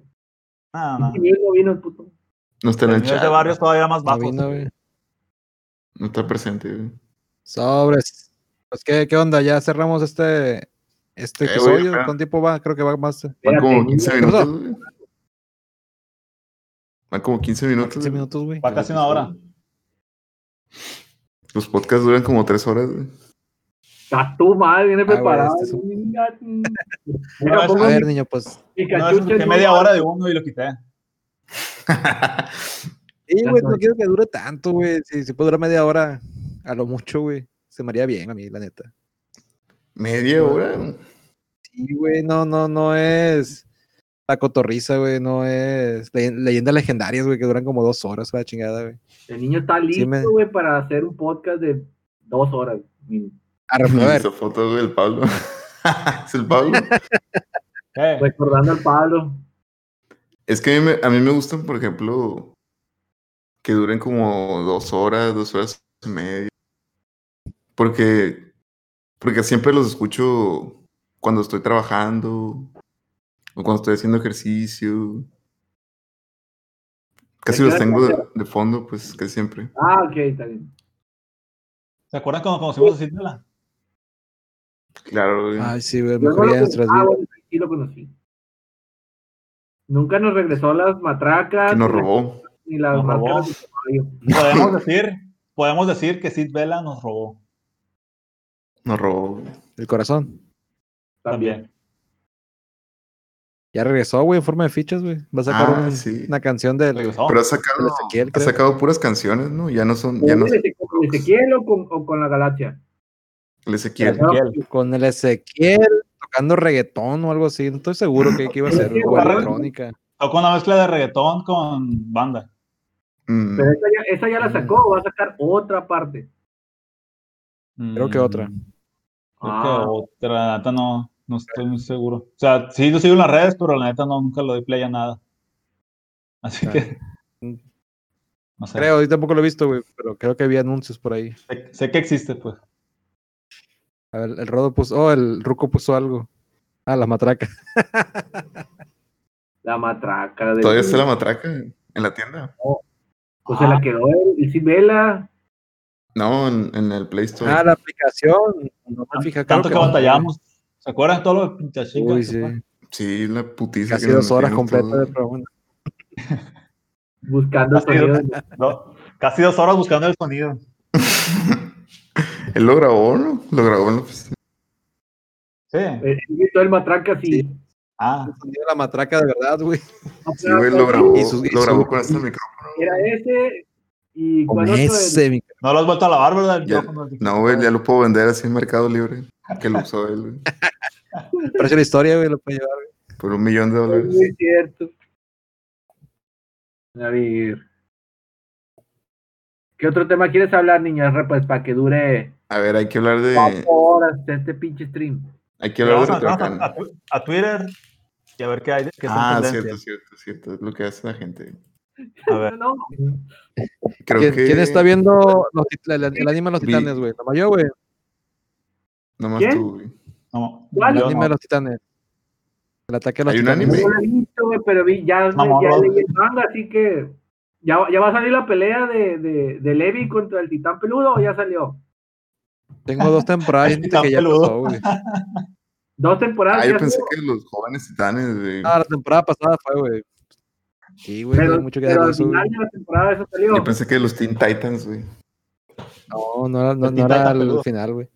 S1: No, no,
S3: Y él no vino el puto.
S4: No está en
S1: el
S4: el
S1: mute
S4: chat.
S1: de barrio es todavía más bajo.
S2: vino, güey.
S4: No está presente. güey.
S2: Sobres. Pues, ¿qué, qué onda? Ya cerramos este, este
S4: Eh, güey,
S2: episodio.
S4: espera.
S2: ¿Cuánto tiempo va? Creo que va más. eh,
S4: Van
S3: Espérate,
S4: como 15
S2: ¿qué pasó?
S4: minutos. güey. Van como 15 minutos.
S2: 15
S4: güey.
S2: minutos, güey.
S1: Va casi una hora.
S4: Los podcasts duran como 3 horas. güey.
S3: Está tu madre, viene
S2: güey,
S3: preparado.
S2: este es
S3: Mira,
S1: Una vez-
S2: A
S3: pongo
S2: ver,
S3: mi
S2: niño, pues.
S1: Una vez
S3: Pikachu,
S1: escuché media hora de uno y lo quité.
S2: Sí,
S3: Ya
S2: güey,
S3: estoy.
S2: no quiero que dure tanto, güey. Si, si puede durar media hora, a lo mucho, güey. Se me haría bien a mí, la neta.
S4: Media hora.
S2: Sí, güey, no, no, no es. la cotorriza, güey, no es le- leyendas legendarias, güey, que duran como dos horas, la chingada, güey.
S3: El niño está
S2: me-
S3: listo, güey, para hacer un podcast de dos horas. mínimo.
S2: Arre, pues, A ver,
S4: Esa foto, güey, el Pablo. es el Pablo.
S1: Eh,
S2: Pues
S3: Recordando al Pablo.
S4: Es que a mí, me, a mí me gustan, por ejemplo, que duren como dos horas, dos horas y media. Porque, porque siempre los escucho cuando estoy trabajando o cuando estoy haciendo ejercicio. Casi
S3: ¿De qué
S4: los
S3: hora
S4: tengo de,
S3: estás?
S4: de fondo, pues, que siempre.
S3: Ah, ok, está bien.
S1: ¿Se acuerdan cuando conocimos a Cintia?
S4: Claro, güey.
S2: ay, sí, güey,
S3: Yo no
S2: mejor
S3: lo
S2: ya
S3: conocí.
S2: nuestras
S3: Ah,
S2: vidas.
S3: bueno, sí lo conocí. Nunca nos regresó las matracas.
S4: que nos robó.
S3: Ni las
S1: Nos robó.
S3: máscaras de caballo.
S1: Podemos decir, podemos decir que Sid Vela nos robó
S4: Nos robó. güey.
S2: El corazón.
S1: también.
S2: Ya regresó, güey, en forma de fichas, güey. Va a sacar
S4: Ah,
S2: un-
S4: sí.
S2: una canción del
S1: Regresó.
S4: Pero ha sacado,
S2: del Ezequiel,
S4: ha
S2: creo.
S4: sacado puras canciones, ¿no? Ya no son, ya
S3: ¿Con
S4: no
S3: el Eze- con Ezequiel o con, o con la galaxia?
S4: el Ezequiel.
S1: Ezequiel.
S2: con el Ezequiel tocando reggaetón o algo así. No estoy seguro que, que iba a ser
S3: Sí,
S2: o
S1: claro.
S2: electrónica.
S1: Tocó una mezcla de reggaetón con banda.
S4: Mm.
S3: Pero esa ya, esa ya la sacó, va a sacar otra parte.
S2: Creo
S1: Mm.
S2: que otra.
S1: Creo
S3: Ah.
S1: que otra, la neta no, no estoy muy seguro. O sea, sí lo sigo en las redes, pero la neta no, nunca lo doy play a nada. Así
S2: Ah.
S1: que.
S2: Mm.
S1: No sé.
S2: Creo, yo tampoco lo he visto, güey, pero creo que vi anuncios por ahí.
S1: Sé, sé que existe, pues.
S2: A ver, el Rodo puso, oh, el Ruco puso algo. Ah, las matracas.
S3: La matraca. De
S4: Todavía está la matraca en la tienda.
S3: Pues se la quedó él, el Cibela.
S4: No, en, en el Play Store.
S2: Ah, la aplicación. No me fijé,
S1: Ah,
S2: creo
S1: Tanto que
S2: no, güey.
S1: batallamos. ¿Se acuerdan todos los pinches chicas?
S2: Uy, sí.
S4: Sí, la putiza.
S2: Casi
S4: que nos
S2: dos horas
S4: metimos
S2: completas de
S4: todos.
S2: preguntas.
S3: Buscando
S1: Así es.
S3: sonidos.
S1: No, casi dos horas buscando el sonido.
S4: Él lo grabó, ¿no? Lo grabó en la oficina.
S1: Sí.
S3: Eh, Él gritó el matraca, sí.
S2: Sí.
S1: Ah,
S2: La matraca de verdad, güey.
S4: Sí, güey, lo grabó.
S2: Ah, Y su- y
S4: lo grabó
S2: su-
S4: con este micrófono.
S3: Era ese. ¿Y
S2: Con
S3: cuál otro?
S2: ese, mi-
S1: no lo has vuelto a lavar, ¿verdad? El
S4: Ya-
S1: micrófono del
S4: No, güey, ya lo puedo vender así en Mercado Libre. Que lo usó él, güey.
S2: Precio de la historia, güey, lo puede llevar.
S4: Por un millón de
S3: Es
S4: dólares.
S3: muy cierto. A ver. ¿Qué otro tema quieres hablar, niñas? Re, Pues para que dure
S4: A ver, hay que hablar de.
S3: cuatro horas de este pinche stream.
S4: Hay que
S1: Pero
S4: hablar de
S1: vamos a, vamos a- a
S4: Teotihuacán.
S1: tu- a Twitter y a ver qué hay. Qué son
S4: Ah, cierto,
S1: tendencias.
S4: cierto, cierto. Es lo que hace la gente.
S1: A ver.
S3: No, no.
S4: Creo
S2: ¿Quién,
S4: que.
S2: quién está viendo los tit- el, el anime de los
S4: Vi-
S2: titanes, güey? Nomás yo, güey.
S4: Nomás
S3: ¿Quién?
S4: tú, güey.
S1: No,
S3: ¿Cuál?
S2: El
S1: yo
S2: anime de
S1: Ah, no.
S2: los titanes. El ataque a los
S4: ¿Hay un
S2: titanes.
S4: anime?
S3: No lo he visto, güey, pero vi, ya,
S1: Mamá,
S3: ya
S1: bro.
S3: leí el manga, así que ya, ya va a salir la pelea de, de, de Levi contra el titán peludo o ya salió.
S2: Tengo dos temporadas
S1: El
S2: que
S1: titán
S2: ya
S1: peludo.
S2: pasó, güey.
S3: Dos temporadas.
S4: Ah, yo
S3: ya
S4: pensé
S3: estuvo,
S4: que los jóvenes titanes, güey.
S2: Ah, la temporada pasada fue, güey. Sí, güey, no
S3: pero
S2: hay mucho que
S3: pero
S2: dar
S3: al
S2: eso, güey.
S3: final de la temporada eso salió.
S4: Yo pensé que los Teen Titans, güey.
S2: No, no, era- no,
S1: El
S2: no era
S1: titán
S2: el
S1: peludo.
S2: final, güey.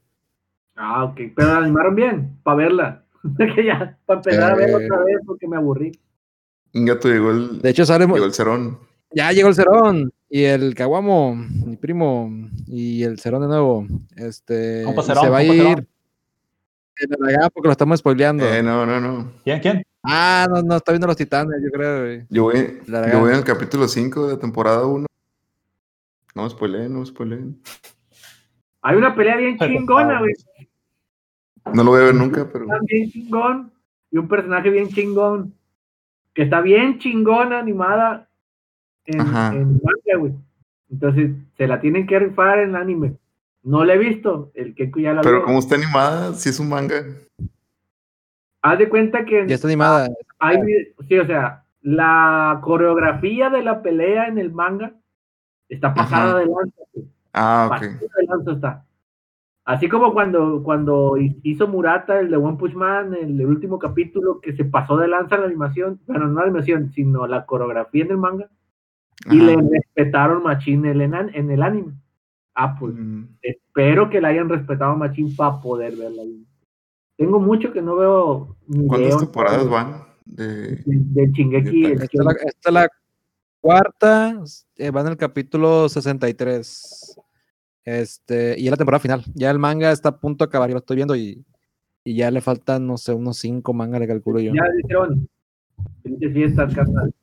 S3: Ah, ok. Pero la animaron bien, para verla. que ya, para empezar a ver
S2: Eh.
S3: otra vez porque me aburrí.
S4: Ingato llegó el.
S2: De hecho, sale. mu-
S4: Llegó el cerón.
S2: Ya llegó el Cerón. Y el Caguamo, mi primo. Y el Cerón de nuevo. Este.
S1: Compa
S2: y
S1: Cerón,
S2: se va a
S1: compa
S2: ir.
S1: Cerón.
S2: En el allá porque lo estamos spoileando.
S4: Eh, no, no, no.
S1: ¿Quién? ¿Quién?
S2: Ah, no, no, está viendo los titanes, yo creo, güey.
S4: Yo voy,
S2: La
S4: yo
S2: verdad.
S4: voy en el capítulo 5 de la temporada 1. No me spoileen, no me spoileen.
S3: Hay una pelea bien chingona, güey.
S4: No lo voy a ver nunca, pero
S3: Está bien chingón. Y un personaje bien chingón. Que está bien chingona animada en,
S4: Ajá.
S3: en manga, güey. Entonces, se la tienen que rifar en anime. No la he visto. El que ya la
S4: pero
S3: vio.
S4: como está animada, sí es un manga.
S3: Haz de cuenta que
S2: Ya está animada.
S3: hay vi- sí, o sea, la coreografía de la pelea en el manga está pasada
S4: Ajá.
S3: de lanza. güey.
S4: Ah, ok.
S3: Pasada de lanza está. Así como cuando, cuando hizo Murata el de One Punch Man, el, el último capítulo, que se pasó de lanza la animación, bueno, no la animación, sino la coreografía en el manga, y
S4: Ajá.
S3: le respetaron Machín en el, an- en el anime. Ah, pues,
S4: Mm.
S3: espero que la hayan respetado Machín para poder verla. bien. Tengo mucho que no veo ni
S4: ¿Cuántas
S3: veo-
S4: temporadas van? De...
S3: del del Shingeki,
S4: Neta,
S3: el
S2: Esta es la, esta es la cuarta. eh, va en el capítulo 63. Este, y es la temporada final. Ya el manga está a punto de acabar, yo lo estoy viendo y, y ya le faltan, no sé, unos cinco mangas, le calculo yo.
S3: Ya dijeron, Felices fiestas, carnal.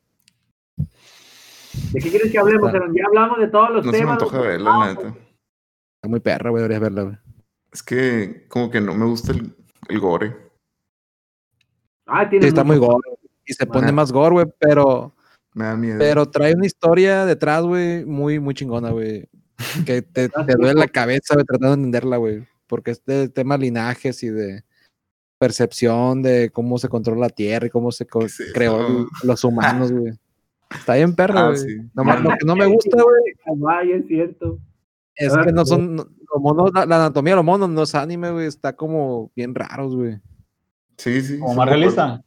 S3: ¿De qué quieres que hablemos, Aaron? Ya hablamos de todos los
S4: No se me
S3: temas.
S4: antoja
S3: los-
S4: verla, la neta.
S2: Está muy perra, güey, deberías verla, güey.
S4: Es que como que no me gusta el, el gore.
S3: Ah, tiene
S2: Sí, está muy
S3: mucho.
S2: gore. güey, Y se pone
S4: Ajá.
S2: más gore, güey, pero,
S4: Me da miedo.
S2: pero trae una historia detrás, güey, muy, muy chingona, güey. Que te,
S4: Ah,
S2: te duele la cabeza, güey, tratando de entenderla, güey. Porque este tema de linajes y de percepción de cómo se controla la tierra y cómo se co-
S4: es eso?
S2: creó el- los humanos, güey. Está bien perra,
S4: Ah,
S2: güey.
S4: sí.
S2: Nomás lo que no me gusta, güey,
S3: Ay, es cierto.
S2: es
S4: Ah,
S2: que no son. no- los monos, la, la anatomía de los monos no es anime, güey. Está como bien raros, güey.
S4: Sí, sí.
S1: Como
S4: sí,
S1: más
S4: me acuerdo.
S1: realista.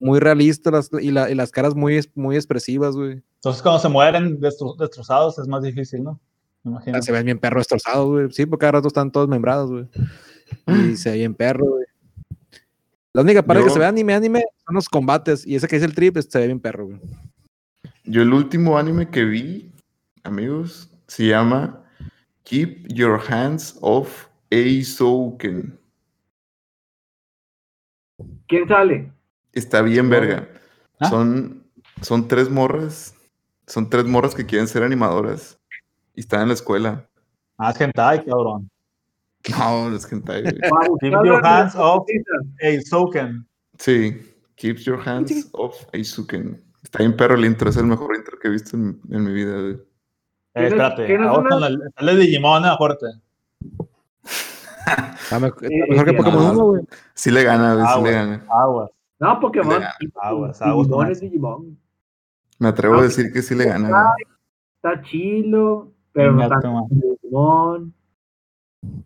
S2: Muy realistas las- y, la- y las caras muy, es- muy expresivas, güey.
S1: Entonces, cuando se mueren destru- destrozados es más difícil, ¿no? Me imagino.
S2: Ah, Se ven bien perros destrozados, güey. Sí, porque cada rato están todos membrados, güey. Y se ve bien perro, güey. La única parte que
S4: Yo-
S2: se ve anime, anime, son los combates. Y ese que es el trip, este, se ve bien perro, güey.
S4: Yo el último anime que vi, amigos, se llama Keep Your Hands Off Eisouken.
S3: ¿Quién sale?
S4: Está bien verga.
S1: Oh. Ah.
S4: Son, son tres morras. Son tres morras que quieren ser animadoras. Y están en la escuela.
S1: Ah, es hentai, cabrón.
S4: No, es hentai, güey.
S3: Para
S1: Keep
S3: buscarlo
S1: your
S3: en la
S1: hands off.
S3: lista.
S1: Hey, Soken. Eh,
S4: Sí, Keep Your Hands Off Aizuken. Está bien perro el intro, es el mejor intro que he visto en, en mi vida. güey.
S1: Eh,
S3: ¿Tienes-
S1: espérate,
S3: tienes
S1: ahora
S3: una?
S1: sale- sale Digimon a fuerte.
S2: Está mejor, está
S3: Eh,
S2: mejor que
S3: eh,
S2: Pokémon
S4: no.
S2: 1, güey.
S4: Sí le gana, güey,
S1: Ah,
S4: sí le
S1: güey.
S4: gana.
S1: Aguas.
S3: No, Pokémon.
S1: Aguas, aguas
S3: Digimon
S1: con
S3: es Digimon.
S4: Me atrevo
S3: Ah,
S4: a decir que sí le gana. güey.
S3: Está chilo, pero no
S1: Venga,
S3: tanto
S1: toma.
S3: como Digimon.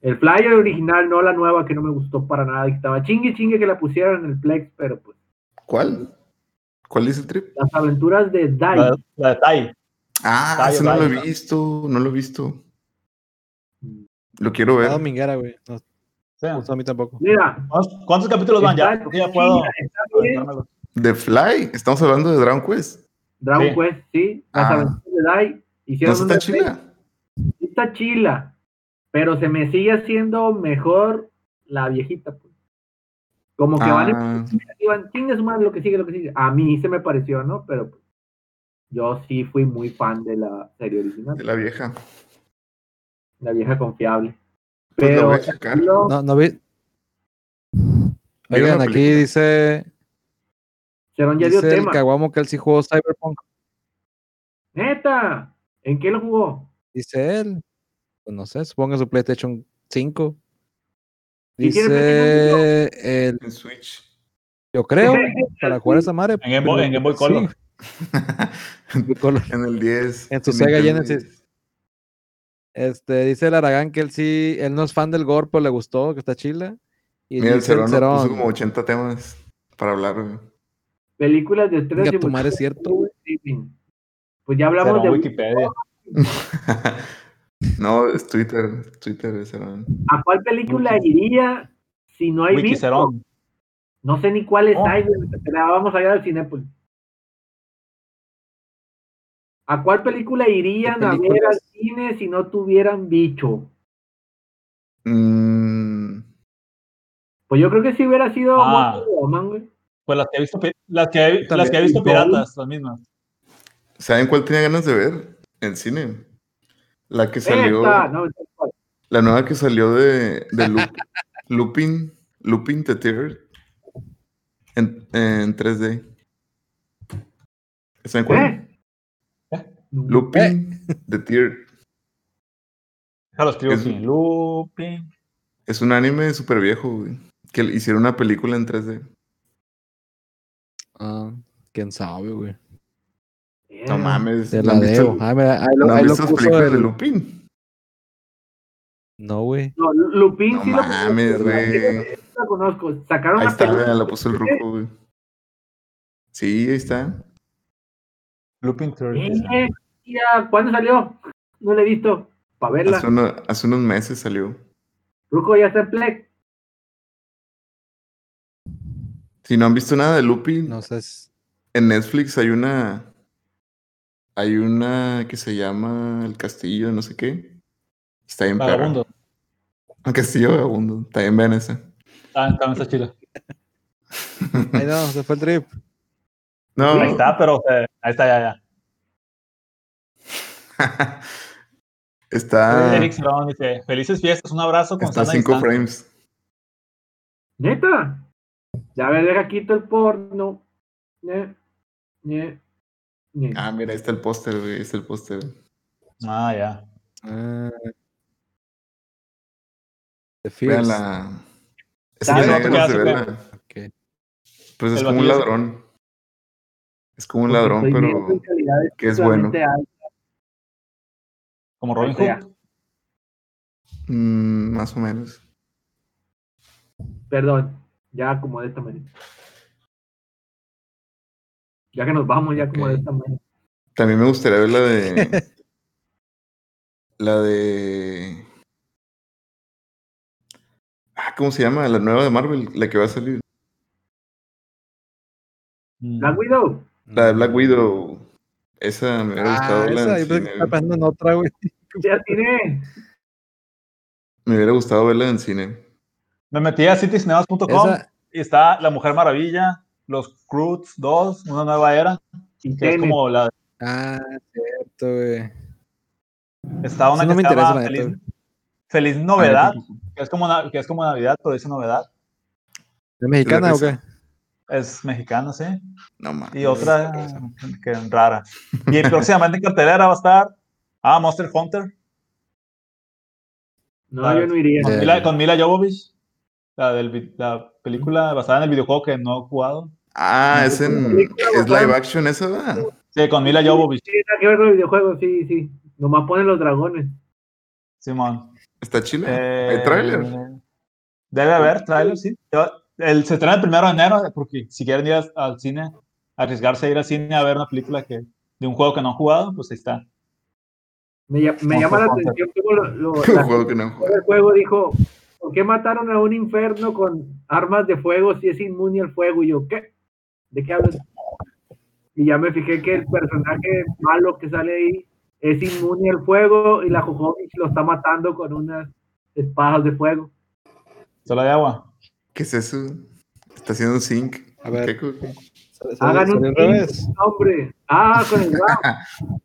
S3: El flyer original, no la nueva, que no me gustó para nada. y Estaba chingue chingue que la pusieron en el Plex, pero pues.
S4: ¿Cuál? ¿Cuál dice el trip?
S3: Las aventuras de Dai.
S1: La, la de Tai.
S4: Ah,
S1: Tayo,
S4: ese no lo
S1: Tayo,
S4: he
S1: Tayo.
S4: visto, no lo he visto.
S3: Mm.
S4: Lo quiero
S2: Está
S4: ver.
S2: dominguera, güey. No,
S1: Sí.
S2: no gustó a mí tampoco.
S3: Mira,
S1: ¿Cuántos- ¿Cuántos capítulos van ya?
S3: está
S1: Porque ya puedo.
S3: chida, está bien.
S1: aventármelo.
S4: The Fly, estamos hablando de Dragon Quest.
S3: Dragon
S1: Sí.
S3: Quest, sí. Las
S4: Ah.
S3: aventuras de Dai.
S4: ¿No
S3: Hicieron
S4: está
S3: una
S4: tan chila?
S3: sí está chila, pero se me sigue haciendo mejor la viejita. pues. Como que van en
S4: Ah,
S3: iban, chingue su madre, lo que sigue, lo que sigue. A mí se me pareció, ¿no? Pero pues, yo sí fui muy fan de la serie original,
S4: de la vieja.
S3: la vieja confiable.
S4: Pues la
S3: Pero
S4: voy a checar.
S3: lo-
S2: No, no vi.
S4: ¿Vieron la
S2: Oigan, aquí
S4: película?
S2: dice,
S3: Cerón ya dio
S2: dice el
S3: tema.
S2: Caguamo que él sí jugó Cyberpunk.
S3: Neta, ¿en qué lo jugó?
S2: Dice él. Pues no sé, supongo que su PlayStation 5.
S3: ¿Y tiene PlayStation
S2: Dice el,
S4: En Switch.
S2: yo creo, para jugar esa madre.
S1: En Game Boy, en Game Boy Color.
S2: Sí, Game Boy Color.
S4: en el 10.
S2: En tu Sega
S4: Nintendo
S2: Genesis.
S4: 10.
S2: Este, dice el Aragán que él sí, él no es fan del gore, pero le gustó, que está chila. Y
S4: Mira, el
S2: dice
S4: Cerón
S2: el
S4: nos
S2: Cerón,
S4: puso como 80 temas para hablar, güey.
S3: Películas de estrés.
S2: Venga,
S3: y
S2: tu madre,
S3: mucho
S2: es cierto,
S3: streaming. Pues ya hablamos
S1: Pero
S3: de
S1: Wikipedia.
S4: no, es Twitter, Twitter de Cerón.
S3: a cuál película iría si no hay visto?
S1: Wikicerón.
S3: No sé ni cuál es
S1: Oh.
S3: ahí, güey, te la vamos a ir al pues. Cinépolis. ¿A cuál película irían
S2: ¿Qué
S3: a ver
S2: películas?
S3: al cine si no tuvieran bicho?
S4: Mm,
S3: Pues yo creo que si hubiera sido
S1: Ah.
S3: Wonder Woman, güey.
S1: Pues las que he visto, pi- las que he, las que he
S2: También.
S1: visto piratas, las mismas.
S4: ¿Saben cuál tenía ganas de ver? En cine. La que salió.
S3: Esta, no, esta, ¿cuál?
S4: La nueva que salió de, de Lu- Lupin. Lupin the Third. En, en 3D. ¿Saben cuál?
S3: ¿Eh?
S4: Lupin the Third.
S1: Déjalo escribo
S4: Es-
S1: aquí. Lupin.
S4: Es un anime súper viejo, güey. Que le hicieron una película en 3D.
S2: ah, quién sabe, güey.
S4: No
S3: Mm.
S4: mames.
S2: Te
S4: ¿no
S2: la
S4: han visto-
S2: debo. Ah, mira, ahí lo,
S4: ¿No
S2: ahí
S4: han
S2: lo
S4: visto las
S2: puso
S4: películas de
S2: el-
S4: Lupin?
S2: No, güey.
S3: No, Lupin
S4: No
S3: sí la conozco,
S4: mames,
S3: la-
S4: güey.
S3: la conozco. Sacaron
S4: Ahí
S3: una
S4: está,
S3: película.
S4: la puso el ruco, güey. Sí, ahí está.
S1: Lupin Theory.
S3: Eh, tía, ¿Cuándo salió? No la he visto. Para verla.
S4: Hace, uno- hace unos meses salió.
S3: Ruco ya está en Plex.
S4: Si no han visto nada de Lupin,
S2: No sé. si-
S4: en Netflix hay una. Hay una que se llama El Castillo, no sé qué. Está bien perra.
S1: Vagabundo.
S4: El Castillo Vagabundo. Está bien vean esa.
S1: Ah, también está chila.
S2: Ahí no, se fue el trip.
S4: No,
S1: Ahí está, pero o sea, ahí está, ya, ya.
S2: Ah.
S4: está,
S1: Eric Cerón dice, felices fiestas, un abrazo con
S4: está
S1: sana
S4: 5
S1: distancia".
S4: frames.
S3: Neta. Ya ver, deja quito el porno. Ne, ne, ne.
S4: Ah, mira, ahí está el póster, güey. Ahí está el póster.
S1: Ah, ya.
S2: Ah. The Fears.
S4: Vean la. Es
S3: Ah,
S4: que
S3: el
S4: no
S1: vato que hace,
S4: se ve
S1: güey.
S4: la-
S2: Ok.
S4: Pues es
S1: El
S4: como un
S1: batillo.
S4: ladrón. Es como un
S3: Porque
S4: ladrón,
S3: estoy
S4: pero
S3: viendo en calidad
S4: que es bueno.
S3: exclusivamente alta.
S1: Como Robin
S3: Ahí está,
S1: Hood.
S4: mm, más o menos.
S3: Perdón, ya como de esta manera. Ya que nos vamos, ya como de
S2: Ok.
S3: esta manera.
S4: También me gustaría ver la de. la de. Ah, ¿cómo se llama? La nueva de Marvel, la que va a salir.
S1: Mm.
S3: Black Widow.
S4: La de Black Widow. Esa me hubiera gustado
S2: Ah,
S4: verla en
S2: esa, yo pensé
S4: cine,
S2: que estaba
S4: güey.
S2: pensando en otra, güey.
S3: Ya tiene.
S4: Me hubiera gustado verla en cine.
S1: Me metí a citycinemas.com
S2: Esa-
S1: y está La Mujer Maravilla, Los Croods 2, Una Nueva Era,
S3: Y
S1: que es
S3: tiene.
S1: como la...
S2: Ah, cierto, güey.
S1: Está una
S2: Eso
S1: que
S2: no me
S1: se
S2: interesa,
S1: llama
S2: la neta,
S1: Feliz,
S2: güey.
S1: Feliz Novedad, que es, como na- que es como Navidad, pero dice Novedad.
S2: ¿Es mexicana o qué?
S1: Es mexicana, sí.
S4: No mames.
S1: Y otra que rara. Y próximamente en cartelera va a estar... Ah, Monster Hunter,
S3: No, yo no iría.
S1: con,
S2: Ya,
S1: Mila,
S2: ya.
S1: con Mila Jovovich, la, del, vi- la película basada en el videojuego que no he jugado.
S4: Ah, es en. Es live action esa, ¿verdad?
S1: Sí, con Mila
S3: Sí,
S1: Jovovich,
S3: nada que ver con el videojuego, sí, sí. Nomás ponen los dragones.
S1: Simón.
S4: Está chila.
S1: Eh,
S4: ¿Hay trailer?
S1: Debe haber trailer, sí. Yo- El, se estrena el primero de enero, eh, porque si quieren ir a- al cine, arriesgarse a ir al cine a ver una película que, de un juego que no han jugado, pues ahí está.
S3: Me, lla- me
S1: Monster
S3: llama la
S1: Hunter.
S3: atención cómo lo- lo-
S4: Un
S3: la-
S4: juego que no he jugado.
S3: el juego dijo, ¿por qué mataron a un inferno con armas de fuego si es inmune al fuego? Y yo, ¿qué? ¿De qué hablas? Y ya me fijé que el personaje malo que sale ahí es inmune al fuego y la Jojovich lo está matando con unas espadas de fuego.
S1: Solo de agua.
S4: ¿Qué es eso? Está haciendo un sync.
S2: A ver.
S4: ¿Qué cu- qué?
S2: ¿Sale- sale-
S3: Hagan
S2: sale
S3: un
S2: al revés?
S3: team, hombre. Ah, con el wow.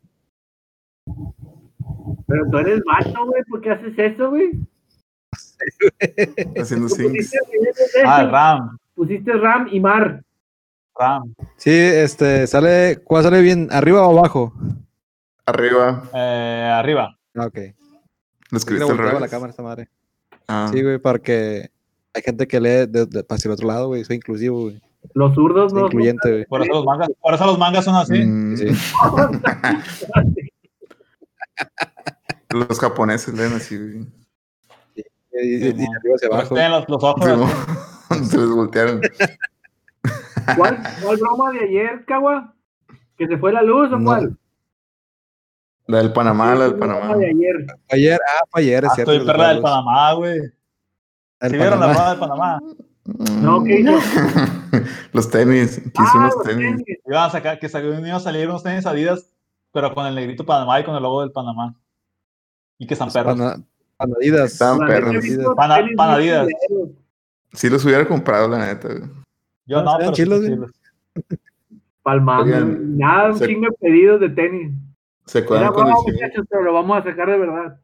S3: Pero tú eres macho, güey, ¿por qué haces eso, güey?
S4: Está haciendo
S3: Tú
S4: syncs.
S3: pusiste,
S1: Ah, Ram,
S3: pusiste Ram y Mar.
S1: Ram.
S2: Sí, este, sale, ¿cuál sale bien? ¿Arriba o abajo?
S4: Arriba.
S1: Eh, arriba.
S2: Ah, ok.
S4: Los
S2: Sí, le
S4: escribiste al
S2: volteaba la
S4: revés.
S2: cámara a esta madre.
S4: Ah,
S2: Sí, güey, porque hay gente que lee de, de- hacia el otro lado, güey. Soy inclusivo, güey.
S3: Los zurdos
S2: Soy
S3: no.
S2: incluyente, güey.
S1: Por eso los mangas, por eso los mangas son así.
S4: mm,
S2: Sí.
S4: Los japoneses leen así. güey.
S2: Y, y- y de
S1: Simón.
S2: arriba hacia
S1: Por
S2: abajo.
S1: eso tienen los, los ojos. así.
S4: Se les voltearon.
S3: ¿Cuál, cuál broma de ayer, Kawa? ¿Que se fue la luz o
S2: No,
S3: cuál?
S4: La del Panamá, la del
S3: ¿Cuál
S4: Panamá.
S3: broma de ayer.
S2: Fue Ayer, ah, fue ayer, es
S1: Ah,
S2: cierto.
S1: Estoy
S2: que se
S1: perra
S2: fue
S1: del
S2: la luz.
S1: Panamá, güey.
S2: El
S1: ¿Sí vieron la
S2: Panamá.
S1: roda del Panamá?
S3: No, ¿qué hizo?
S4: Mm. los tenis. Quiso
S3: Ah,
S4: unos
S3: los
S4: tenis.
S3: tenis.
S1: Iban a sacar, que salieron iban a salir unos tenis Adidas, pero con el negrito Panamá y con el logo del Panamá. Y que San
S2: Pues
S1: Perro.
S2: Pana- Panadidas.
S4: Estaban
S3: La neta, he
S4: perros.
S3: visto
S2: Adidas.
S1: Pana-
S3: tenis
S1: Pana
S3: muy
S1: Adidas.
S3: culeros.
S4: Si los hubiera comprado, la neta. güey.
S1: Yo no,
S2: Ah,
S1: pero sí,
S2: chilos,
S1: sí,
S2: güey.
S3: Palmando.
S4: Oigan,
S3: Nada, un
S4: se-
S3: chingo de pedidos de tenis.
S4: ¿Se
S3: Era
S4: acuerdan cuando
S3: broma,
S4: hicimos,
S3: muchachos, pero lo vamos a sacar de verdad.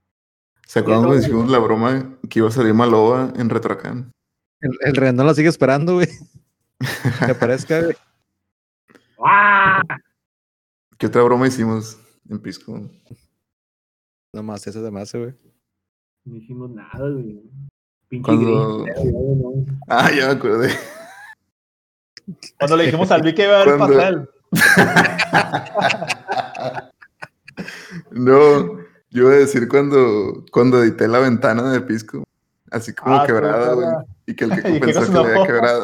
S4: ¿se acuerdan cuando hicimos la broma que iba a salir Maloba en Retrocam?
S2: El, el Rendón la sigue esperando, güey. Que aparezca, güey.
S3: ¡Ah!
S4: ¿Qué otra broma hicimos en Pisco?
S2: Nomás, eso es demás, güey.
S3: No hicimos nada, güey. Pinche
S4: Cuando.
S3: gris, güey, no.
S4: Ah, ya me acordé.
S1: Cuando le dijimos al Vic que iba a haber
S4: Cuando-
S1: pastel.
S4: No, yo iba a decir cuando, cuando edité la ventana de Pisco, así como
S1: Ah,
S4: quebrada,
S1: sí,
S4: güey.
S1: claro.
S4: Y que el
S1: Y
S4: que
S1: que
S4: pensó
S1: no se
S4: que la había
S1: enojó.
S4: quebrado.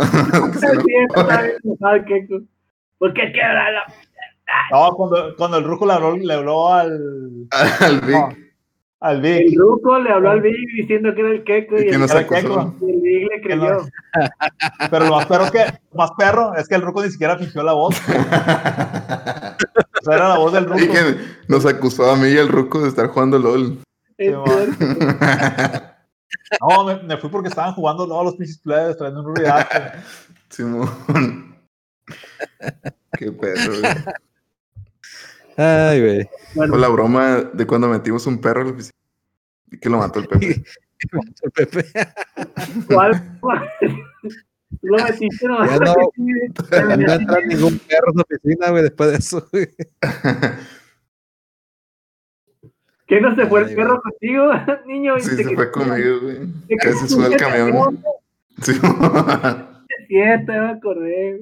S4: Que se enojó.
S3: Sí, eso está bien, no sabe qué co- ¿Por qué quebrarla?
S1: No, cuando, cuando el Ruco le habló, le habló al,
S4: al Vic,
S1: No, al
S3: El
S1: Vic.
S3: ruco le habló al Big diciendo que era el queco y
S4: y que
S3: el,
S4: nos
S1: el Keiko.
S4: acusó.
S3: y el Big le creyó.
S1: Pero lo más perro, que, lo más perro es que el Ruco ni siquiera fingió la voz. O sea, era la voz del Ruco.
S4: y que nos acusó a mí y al Ruco de estar jugando LOL.
S3: Es
S1: Simón.
S3: cierto.
S1: No, me, me fui porque estaban jugando no, los pinches players, trayendo un react.
S4: Simón. Qué perro, güey.
S2: Ay, güey.
S3: Bueno,
S4: Fue la broma de cuando metimos un perro a la piscina y que lo mató el Pepe.
S2: El Pepe.
S3: ¿cuál? cuál? Tú lo metiste, ¿no?
S2: Ya no. No entra ningún perro en la oficina, güey, después de eso. güey.
S3: ¿Qué no se fue
S2: Ay,
S3: el perro contigo, niño? Y
S4: Sí,
S3: te
S4: se fue
S3: quedaste-
S4: conmigo, güey.
S3: te
S4: Casi
S3: quedaste
S4: sube al
S3: en
S4: camión. Sí.
S3: Es cierto, ya me acordé.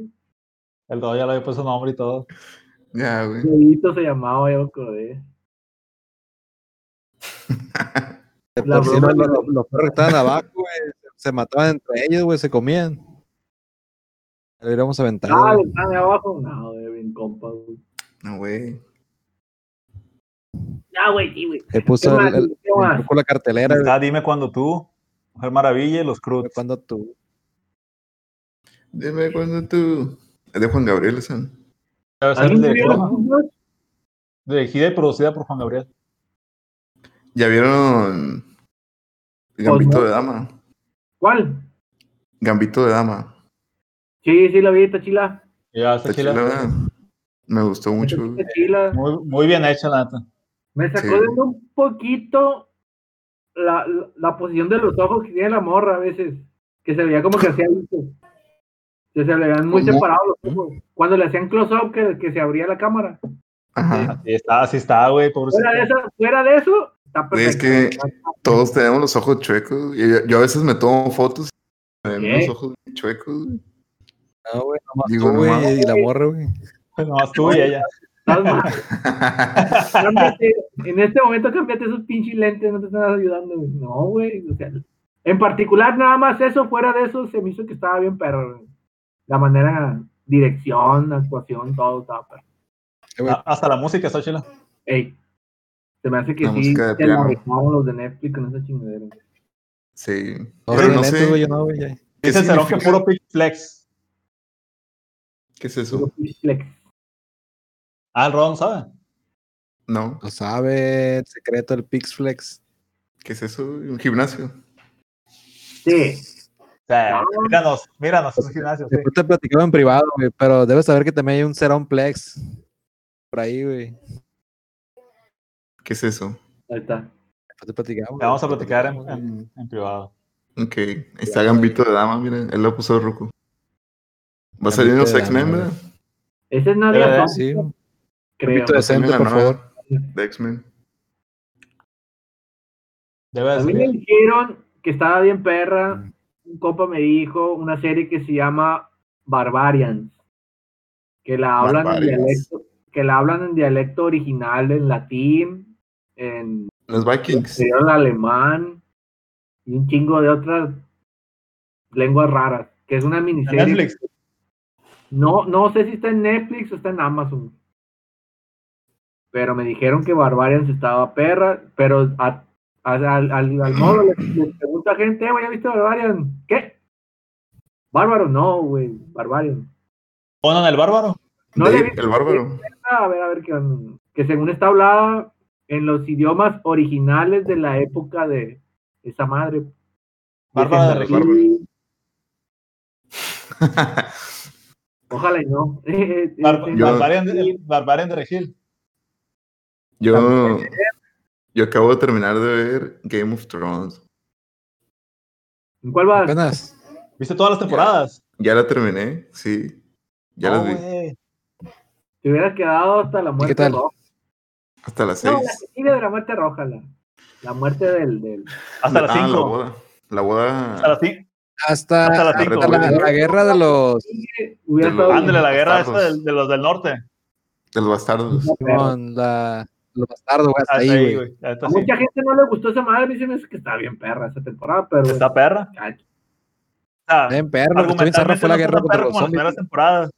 S1: El Dodo ya le había puesto nombre y todo.
S4: ya, güey.
S3: Bebito se llamaba, ya me acordé.
S2: De
S3: La
S2: por sí,
S3: broma
S2: los, los- los perros que estaban abajo, güey, se mataban entre ellos, güey, se comían. Lo hubiéramos aventado.
S3: Ah,
S2: güey.
S3: está de abajo. No, güey, bien compa, güey.
S4: No, güey.
S3: Ya, güey, sí, güey.
S2: Ahí puso
S3: ¿Qué
S2: el,
S3: más?
S2: el-
S3: ¿Qué más?
S2: el- con la cartelera, güey,
S1: Está, Ah, dime cuando tú, Mujer Maravilla y los Cruz.
S2: cuando tú.
S4: Dime cuándo tú. Es de Juan Gabriel, esa. ¿no?
S1: Debe ser
S3: ¿Alguien vio
S1: dirigida,
S3: los niños?
S1: dirigida y producida por Juan Gabriel.
S4: ¿Ya vieron Gambito
S3: Pues no.
S4: de Dama?
S3: ¿Cuál?
S4: Gambito de Dama.
S3: Sí, sí, la vi, está chila.
S1: Y Ya, está
S4: Está chila,
S1: chila.
S4: ¿verdad? Me gustó mucho, güey.
S3: Está chila.
S1: Muy, muy bien hecha, la neta.
S3: Me sacó
S4: Sí.
S3: de onda un poquito la, la, la posición de los ojos que tiene la morra a veces, que se veía como que hacía visto. Que se le veían muy
S4: ¿Cómo?
S3: separados los ojos. Cuando le hacían close-up, que, que se abría la cámara.
S4: Ajá.
S1: Así está, así está, güey,
S4: Pues
S1: pobrecito.
S3: Fuera de eso, fuera de eso está
S4: Güey, Pues es
S3: perfecto.
S4: que todos tenemos los ojos chuecos. Y yo, yo a veces me tomo fotos y me ven
S3: ¿Qué?
S4: los ojos bien chuecos. güey.
S2: No, güey, nomás
S4: Digo,
S2: tú,
S4: no
S2: güey,
S4: mames.
S2: y la morra, güey.
S1: Nomás tú y ella.
S3: Estás mal. Cámbiate, en este momento cámbiate esos pinches lentes, no te están ayudando. güey. No, güey. o sea, en particular, nada más eso, fuera de eso, se me hizo que estaba bien, pero la manera, dirección, actuación, todo estaba perro.
S1: Ah, Hasta la música está chila.
S3: Ey, se me hace que
S4: La
S3: sí,
S4: música de
S3: se la
S4: piano.
S3: dejaron los de Netflix con esa chingadera.
S4: Sí.
S2: Todos
S4: Pero
S2: los
S4: no
S2: lentes,
S4: sé.
S2: güey, yo no, güey, ya.
S4: ¿qué,
S1: Dice el Cerón que
S4: significa?
S1: puro pick flex.
S4: ¿Qué es eso?
S3: Puro pinche flex.
S1: Ah, el Ron, ¿sabe?
S4: No.
S2: Lo sabe, el secreto del Pixflex.
S4: ¿Qué es eso? güey? ¿Un gimnasio?
S3: Sí,
S1: Sí,
S4: Ah.
S1: míranos, míranos, es un gimnasio. sí.
S2: Después te platicaba en privado, güey, pero debes saber que también hay un Cerón Plex por ahí, güey. Después
S4: ¿Qué es eso?
S3: ahí está.
S2: te platicamos.
S1: Te vamos a
S2: güey,
S1: platicar
S2: te
S1: en, en- en privado.
S4: Ok. Ahí está Gambito de Dama, mira. Él lo puso Ruco. Va a salir en los
S2: Gambito de
S4: X-Men,
S2: Dama,
S4: ¿verdad?
S3: Ese es
S1: Eh,
S3: Nadia Sosa,
S2: Sí, un
S3: creo.
S2: poquito
S4: Va a salir
S2: decente,
S4: en la
S2: por
S4: nueva
S2: favor.
S4: De X-Men.
S1: Debe de
S3: También me
S1: ser.
S3: dijeron que estaba bien perra.
S4: Mm.
S3: Un compa me dijo una serie que se llama Barbarians. Que la hablan en
S4: Barbarians.
S3: dialecto, que la hablan en dialecto original, en latín, en
S4: Los Vikings.
S3: en alemán y un chingo de otras lenguas raras. Que es una
S1: En
S3: miniserie.
S1: Netflix.
S3: No, no sé si está en Netflix o está en Amazon. Pero me dijeron que Barbarians estaba perra, pero a- a- al, al, al moro le, le pregunta a gente, "Eh, güey, ¿ya viste Barbarian? ¿Qué? Bárbaro, no, güey, Barbarian.
S1: Conan el Bárbaro.
S3: No
S4: Dave,
S3: le he visto.
S4: el bárbaro.
S3: Ah, A ver, a ver qué onda. Que según está hablada en los idiomas originales de la época de esa madre.
S1: Bárbara de
S3: Dicen,
S4: Regil.
S3: "Sí, Ojalá y no. Eh, eh,
S1: Bar-
S3: dicen,
S4: Yo-
S1: Barbarian, de- el Barbarian de Regil.
S4: Yo, yo acabo de terminar de ver Game of Thrones.
S3: ¿en ¿Cuál vas?
S2: Apenas.
S1: ¿Viste todas las temporadas?
S4: Ya la terminé, sí. Ya la
S1: No,
S4: vi.
S1: güey.
S3: Te hubieras quedado hasta la muerte
S2: tal?
S3: roja.
S4: Hasta las seis.
S3: No, la que sigue de la muerte roja, la, la muerte del, del.
S1: Hasta las
S4: Ah, la
S1: 5.
S4: boda. Ah, La boda.
S1: Hasta las 5.
S2: Hasta,
S1: Hasta las
S2: hasta
S1: cinco,
S2: la,
S4: güey.
S2: la guerra de los.
S3: sigue, Hubiera
S4: De
S3: estado
S4: los-
S3: bien.
S1: Ándale, la guerra esta
S4: Bastardos.
S1: del- de los del norte.
S4: De los
S1: pues.
S4: bastardos.
S3: Pero
S2: Con la, los bastardos, güey, hasta
S1: Hasta
S2: ahí,
S1: ahí,
S2: güey.
S1: güey. Hasta
S3: a
S1: así.
S3: mucha gente no le gustó esa madre, dicen es que está bien perra esa temporada, pero
S1: Está perra.
S3: ay,
S1: O sea,
S2: Bien, perro, lo que estuvo bien zarra
S1: argumentalmente no
S2: fue la
S1: está
S2: guerra
S1: tan
S2: contra
S1: perro
S2: los
S1: como las
S2: zombies.
S1: primeras temporadas.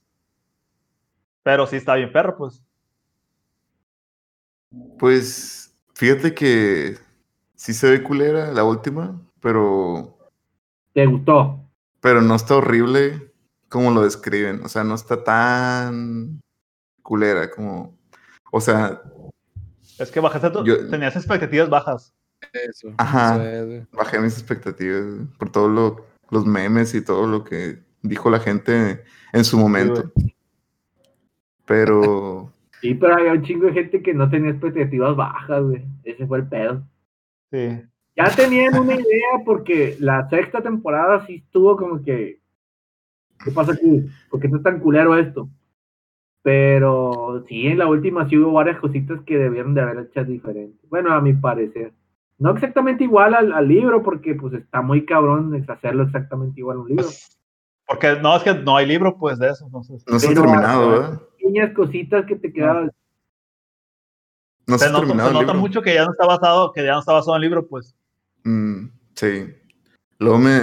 S1: Pero sí está bien perro, pues.
S4: Pues fíjate que sí se ve culera la última, pero,
S3: te gustó.
S4: pero no está horrible como lo describen. O sea, no está tan culera como. O sea,
S1: Es que bajaste tu-
S4: Yo-
S1: tenías expectativas bajas.
S2: Eso,
S4: Ajá.
S2: eso es, güey.
S4: bajé mis expectativas güey, por todos los memes y todo lo que dijo la gente en su momento. Pero
S3: Sí, pero había un chingo de gente que no tenía expectativas bajas, güey. Ese fue el pedo.
S1: Sí.
S3: Ya tenían una idea porque la sexta temporada sí estuvo como que. ¿Qué pasa aquí? ¿Por qué está tan culero esto? Pero sí, en la última sí hubo varias cositas que debieron de haber hechas diferentes. Bueno, a mi parecer. No exactamente igual al, al libro, porque pues está muy cabrón hacerlo exactamente igual a un libro.
S1: Porque no, es que no hay libro, pues, de eso. Entonces,
S4: no se ha
S3: Pero-
S4: terminado, ¿verdad?
S3: Pequeñas cositas que te quedaban.
S4: No se
S1: se
S4: ha
S1: nota,
S4: terminado
S1: se
S4: el
S1: nota
S4: libro.
S1: mucho que ya no está basado, que ya no está basado en el libro, pues.
S4: Mm, sí. Luego me,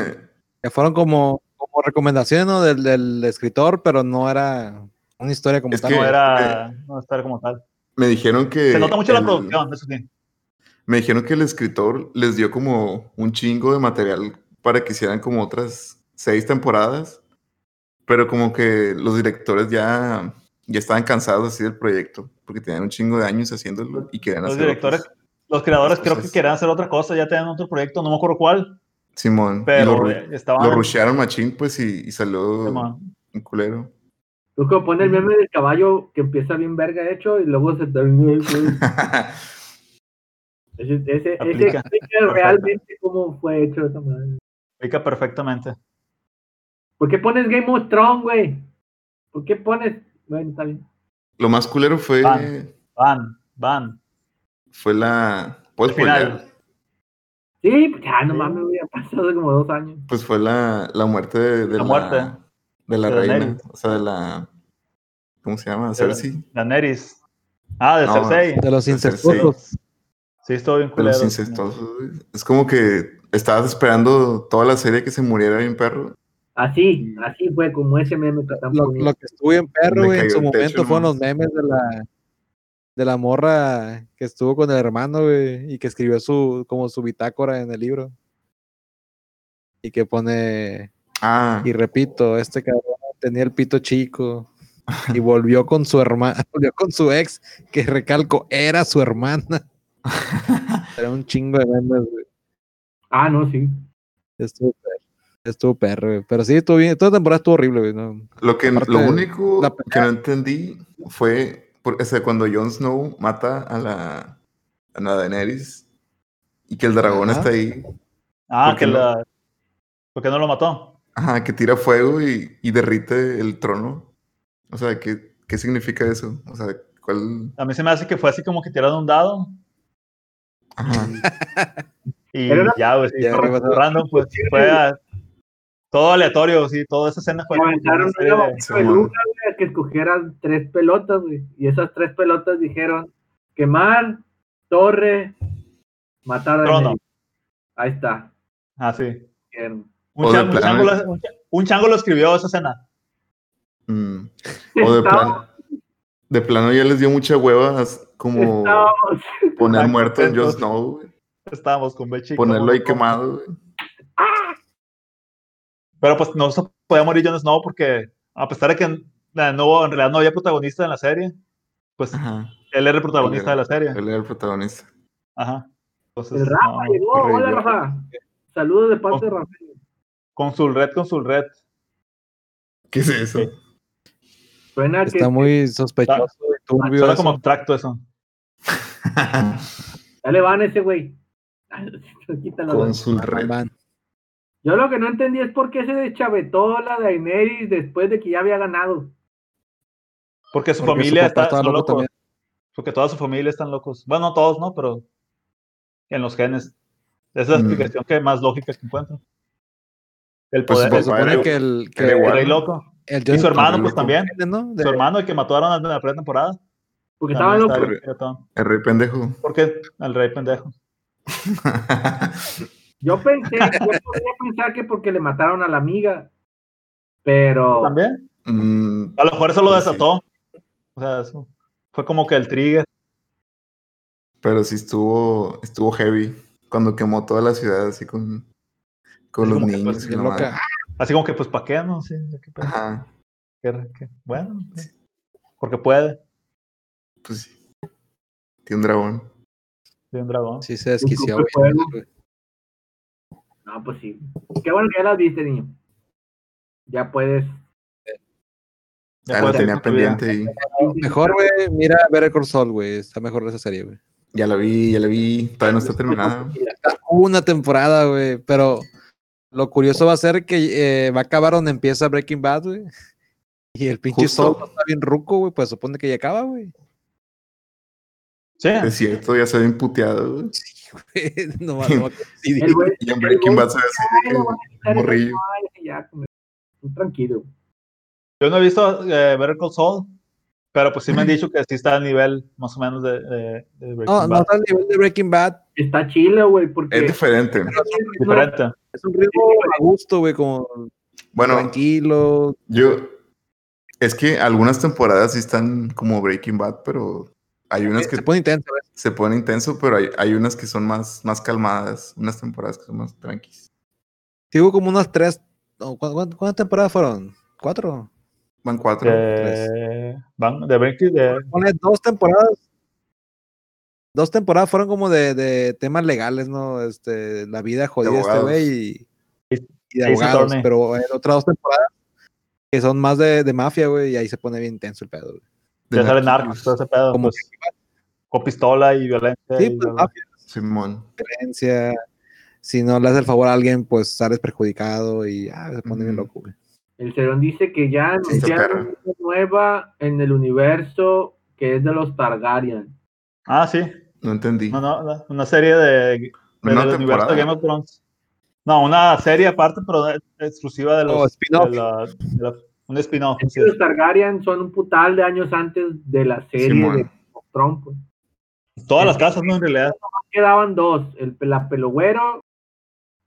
S2: Que fueron como, como recomendaciones ¿no? del, del escritor, pero no era una historia como
S4: Es
S2: tal.
S4: que-
S1: No
S2: ¿no?
S1: era, no estar como tal.
S4: me dijeron que.
S1: Se nota mucho la
S4: el-
S1: producción, eso sí.
S4: Me dijeron que el escritor les dio como un chingo de material para que hicieran como otras seis temporadas, pero como que los directores ya, ya estaban cansados así del proyecto, porque tenían un chingo de años haciéndolo y querían
S1: Los
S4: hacer
S1: directores,
S4: otras.
S1: los creadores creo que
S4: Entonces-
S1: querían hacer otra cosa, ya tenían otro proyecto, no me acuerdo cuál,
S4: Simón. y
S1: pero
S4: lo, ru-
S1: eh, estaban...
S4: lo rushearon machín, pues, y, y salió
S1: Simón.
S4: un culero.
S3: Tú pues, como pone el meme del caballo que empieza bien verga hecho y luego se termina. Ese, ese, ese
S1: Aplica.
S3: explica realmente cómo fue hecho esa madre.
S1: Explica perfectamente.
S3: ¿Por qué pones Game of Thrones, güey? ¿Por qué pones? Bueno, está bien.
S4: lo más culero fue,
S1: Van. Van, van.
S4: fue la... ¿puedo
S1: El final.
S4: spoilear?
S3: Sí, pues ya no
S1: Sí.
S3: mames, güey, ha pasado como dos años.
S4: Pues fue la, la muerte de, de
S1: La
S4: la,
S1: muerte.
S4: de la
S1: De
S4: reina,
S1: Daenerys.
S4: o sea, de la... ¿Cómo se llama?
S1: De-
S4: Cersei.
S1: Daenerys. Ah, de
S4: No,
S1: Cersei.
S2: De los
S4: Cersei.
S2: incestuosos.
S1: Sí, estuvo bien
S4: De
S1: culero.
S4: los incestuosos, güey. Es como que estabas esperando toda la serie que se muriera bien perro.
S3: Así, así fue como ese meme que están
S2: Mm. lo,
S3: poniendo.
S2: lo que estuvo en perro,
S4: Me
S2: güey, en
S4: cayó
S2: su
S4: el techo,
S2: momento
S4: no
S2: fueron los
S4: mames.
S2: memes de la de la morra que estuvo con el hermano, güey, y que escribió su como su bitácora en el libro. Y que pone
S4: Ah,
S2: y repito, este cabrón tenía el pito chico y volvió con su hermana, volvió con su ex, que recalco, era su hermana. Era un chingo de memes, güey.
S3: Ah, no, sí.
S2: Estuvo perro. Estuvo perro, güey. Pero sí, estuvo bien. Toda la temporada estuvo horrible, güey. ¿no?
S4: lo, que,
S2: aparte
S4: lo
S2: de
S4: único
S2: la
S4: que no entendí fue por- o sea, cuando Jon Snow mata a la, a la Daenerys y que el dragón
S2: Ajá.
S4: está ahí.
S1: Ah,
S4: ¿Por qué
S1: que
S4: no?
S1: la... ¿Por qué no lo mató?
S4: Ajá, que tira fuego y, y derrite el trono. O sea, ¿qué, qué significa eso? O sea, ¿cuál...?
S1: A mí se me hace que fue así como que tiraron un dado
S4: Ajá.
S1: y
S3: Era una-
S1: ya, güey, sí,
S2: Ya,
S1: fue
S2: güey,
S1: random, pues, fue a- todo aleatorio, sí, toda esa escena
S2: Pues,
S1: fue... como que una
S3: Aventaron
S1: serie
S3: una
S1: de-
S4: Sí,
S3: peluca, güey, a que escogieran tres pelotas, güey. Y esas tres pelotas dijeron quemar, torre, matar a
S1: Trono.
S3: Daenerys. Ahí está.
S1: Ah, sí.
S3: dijeron.
S1: Un
S4: O de
S1: chango, un
S4: plano-
S1: chango lo- un cha- un chango lo escribió esa escena.
S4: Mm. O de
S3: Estaba-
S4: plano. De plano ya les dio mucha hueva as-
S2: Oh.
S4: como
S3: Estábamos-
S4: poner
S1: Ay,
S4: muerto a Jon
S1: contentos.
S4: Snow, güey.
S1: Estábamos con Bechi.
S4: Ponerlo ahí
S1: como-
S4: quemado, güey.
S1: Pero pues no se podía morir Jon Snow porque, a pesar de que eh, no, hubo- en realidad no había protagonista en la serie, pues
S4: Ajá.
S1: él era el protagonista de la serie.
S4: Él era el protagonista.
S1: Ajá. Entonces,
S3: El Rafa
S1: no,
S3: llegó. Hola,
S4: horrible.
S3: Rafa. Saludos de parte de
S2: Oh.
S3: Rafael.
S1: con su red, con su red.
S4: ¿Qué es eso?
S1: Sí.
S3: Suena que
S2: Está muy sospechoso y turbio.
S1: Ah, Suena
S2: eso.
S1: como abstracto eso.
S3: dale van ese güey. Quítalo.
S4: Con su red.
S2: Van,
S3: Yo lo que no entendí es por qué se deschavetó la Daenerys después de que ya había ganado.
S1: Porque su
S2: Porque su
S1: familia
S2: papá
S1: está,
S2: estaba
S1: son
S2: loco
S1: locos.
S2: también.
S1: Porque toda su familia están locos. Bueno, no todos, ¿no? Pero en los genes. Esa es la
S4: Mm.
S1: explicación que más lógica que encuentro. El
S4: Pues su
S1: poder,
S2: Se
S1: el
S4: papá
S2: supone
S4: era-
S2: que el, que
S4: era
S1: el
S4: igual.
S1: rey loco.
S2: el
S1: Y su
S2: Jon-
S1: hermano,
S4: el
S1: pues
S4: loco.
S1: también.
S2: ¿no? De-
S1: Su hermano, el que mataron en la primera temporada.
S3: Porque
S4: Ah,
S3: estaban
S1: También
S3: locos.
S1: está
S4: locos.
S1: bien piratón.
S4: El rey pendejo.
S1: ¿Por qué? El rey pendejo.
S3: Yo pensé, yo podría pensar que porque le mataron a la amiga. Pero
S1: También.
S4: Mm,
S1: A lo mejor eso lo
S4: Pues sí.
S1: desató. O sea, eso fue como que el trigger.
S4: pero sí estuvo, estuvo heavy. Cuando quemó toda la ciudad así con, con
S1: Sí,
S4: los
S1: como que,
S4: niños.
S1: pues,
S4: y
S2: bien
S4: la
S2: loca.
S4: madre.
S1: Así como que, pues, ¿para qué? No sé. ¿qué pedo?
S4: Ajá.
S1: ¿Qué- qué? Bueno, sí. porque puede.
S4: Pues sí. Tiene un dragón.
S1: Tiene un dragón.
S2: Sí, se desquició.
S3: Nunca
S2: güey.
S3: no, pues sí. Qué bueno que ya las viste, niño. Ya puedes.
S1: Ya
S4: Ah, lo
S1: puedes ir
S4: tenía
S1: con tu vida.
S4: pendiente y
S2: Mejor, güey, mira Better Call Saul, güey. Está mejor esa serie, güey.
S4: ya la vi, ya la vi. Todavía no está terminada.
S2: Una temporada, güey. Pero lo curioso va a ser que eh, va a acabar donde empieza Breaking Bad, güey. Y el pinche
S4: Justo.
S2: Saul no está bien ruco, güey. Pues supone que ya acaba, güey.
S1: Sí,
S4: Es cierto, ya se ve imputeado. güey.
S2: no, va- no va a coincidir.
S3: El güey,
S4: Y en Breaking Bad se ve así
S3: ay,
S4: de
S3: lo van a
S4: que
S3: quitar,
S4: morrillo.
S3: ya, como- tranquilo.
S1: yo no he visto eh, Better Call Saul, pero pues sí me han dicho que sí está al nivel más o menos de, de- de Breaking
S2: No, Oh, no
S1: Bad.
S2: está al nivel de Breaking Bad.
S3: Está chilo, güey, porque...
S4: Es diferente.
S3: no,
S1: Diferente.
S2: Es un ritmo a gusto, güey, como
S4: Bueno,
S2: tranquilo.
S4: yo. Es que algunas temporadas sí están como Breaking Bad, pero hay unas que
S2: Eh, Se pone intenso, güey.
S4: se pone intenso, pero hay, hay unas que son más, más calmadas, unas temporadas que son más tranquilas.
S2: Sí, hubo como unas tres. no, ¿cu- cu- ¿Cuántas temporadas fueron? ¿Cuatro?
S4: Van cuatro.
S2: pues.
S1: De, van- de Breaking de,
S2: Ponle dos temporadas. Dos temporadas fueron como de, de temas legales, ¿no? Este, la vida jodida de este
S4: abogados.
S2: güey y,
S1: Sí,
S2: y de
S1: sí, se
S2: abogados.
S1: torne.
S2: Pero en otras dos temporadas que son más de, de mafia, güey, y ahí se pone bien intenso el pedo. güey.
S4: De
S1: ya salen
S4: Narcos,
S1: narcos, todo ese pedo,
S2: Como
S1: pues, con pistola y violencia.
S2: Sí,
S1: y
S2: pues,
S1: bla, bla.
S2: mafia,
S4: Simón.
S2: violencia. Si no le haces el favor a alguien, pues sales perjudicado y ah, se pone bien
S4: Ujú.
S2: loco, güey.
S3: El Cerón dice que ya
S4: Sí, está
S3: anunciaron
S4: perro.
S3: una nueva en el universo que es de los Targaryen.
S1: ah, sí.
S4: No entendí.
S1: No, no, no, una serie de, de-
S4: Una
S1: del universo de Game
S4: temporada.
S1: of Thrones. No, una serie aparte, pero de- exclusiva de los.
S2: Oh, spin-off.
S1: de la- de la- un spin-off.
S3: Es
S1: sí.
S3: que los Targaryen son un putal de años antes de la serie de
S4: Simón.
S3: Game of Thrones, pues.
S1: Todas las casas, ¿no? En realidad.
S3: Quedaban dos, el la pelogüero,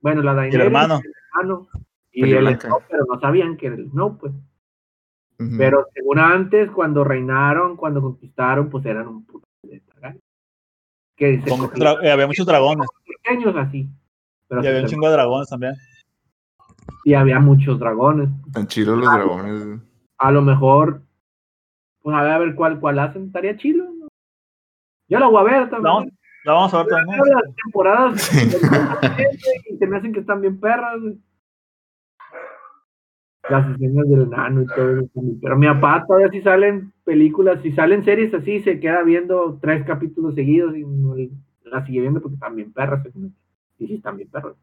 S3: bueno, la Daenerys,
S1: Y el hermano.
S3: hermano, y
S4: Pelo
S3: el
S4: blanca.
S3: Snow, pero no sabían que era el Snow, pues.
S1: Mm.
S4: Ujú.
S3: Pero según antes, cuando reinaron, cuando conquistaron, pues eran un putal de Targaryen. Que se
S1: Con
S3: cogían
S1: dra- eh, había muchos dragones.
S3: pequeños así. Pero
S1: Y
S3: se-
S1: había un chingo de dragones también.
S3: y había muchos dragones.
S4: Tan chidos
S2: Ah,
S4: los dragones. güey.
S3: a lo mejor, pues a ver, a ver cuál, cuál hacen, estaría chilo. ¿no? Yo lo voy a ver
S1: No,
S3: también.
S1: la vamos a ver
S3: Yo
S1: también.
S3: veo las temporadas y se me hacen que están bien perras. güey. Las escenas del enano y todo eso. también. Pero mi papá todavía si salen películas, si salen series así, se queda viendo tres capítulos seguidos y no le- la sigue viendo porque están bien perras. güey. Y sí, están bien perras.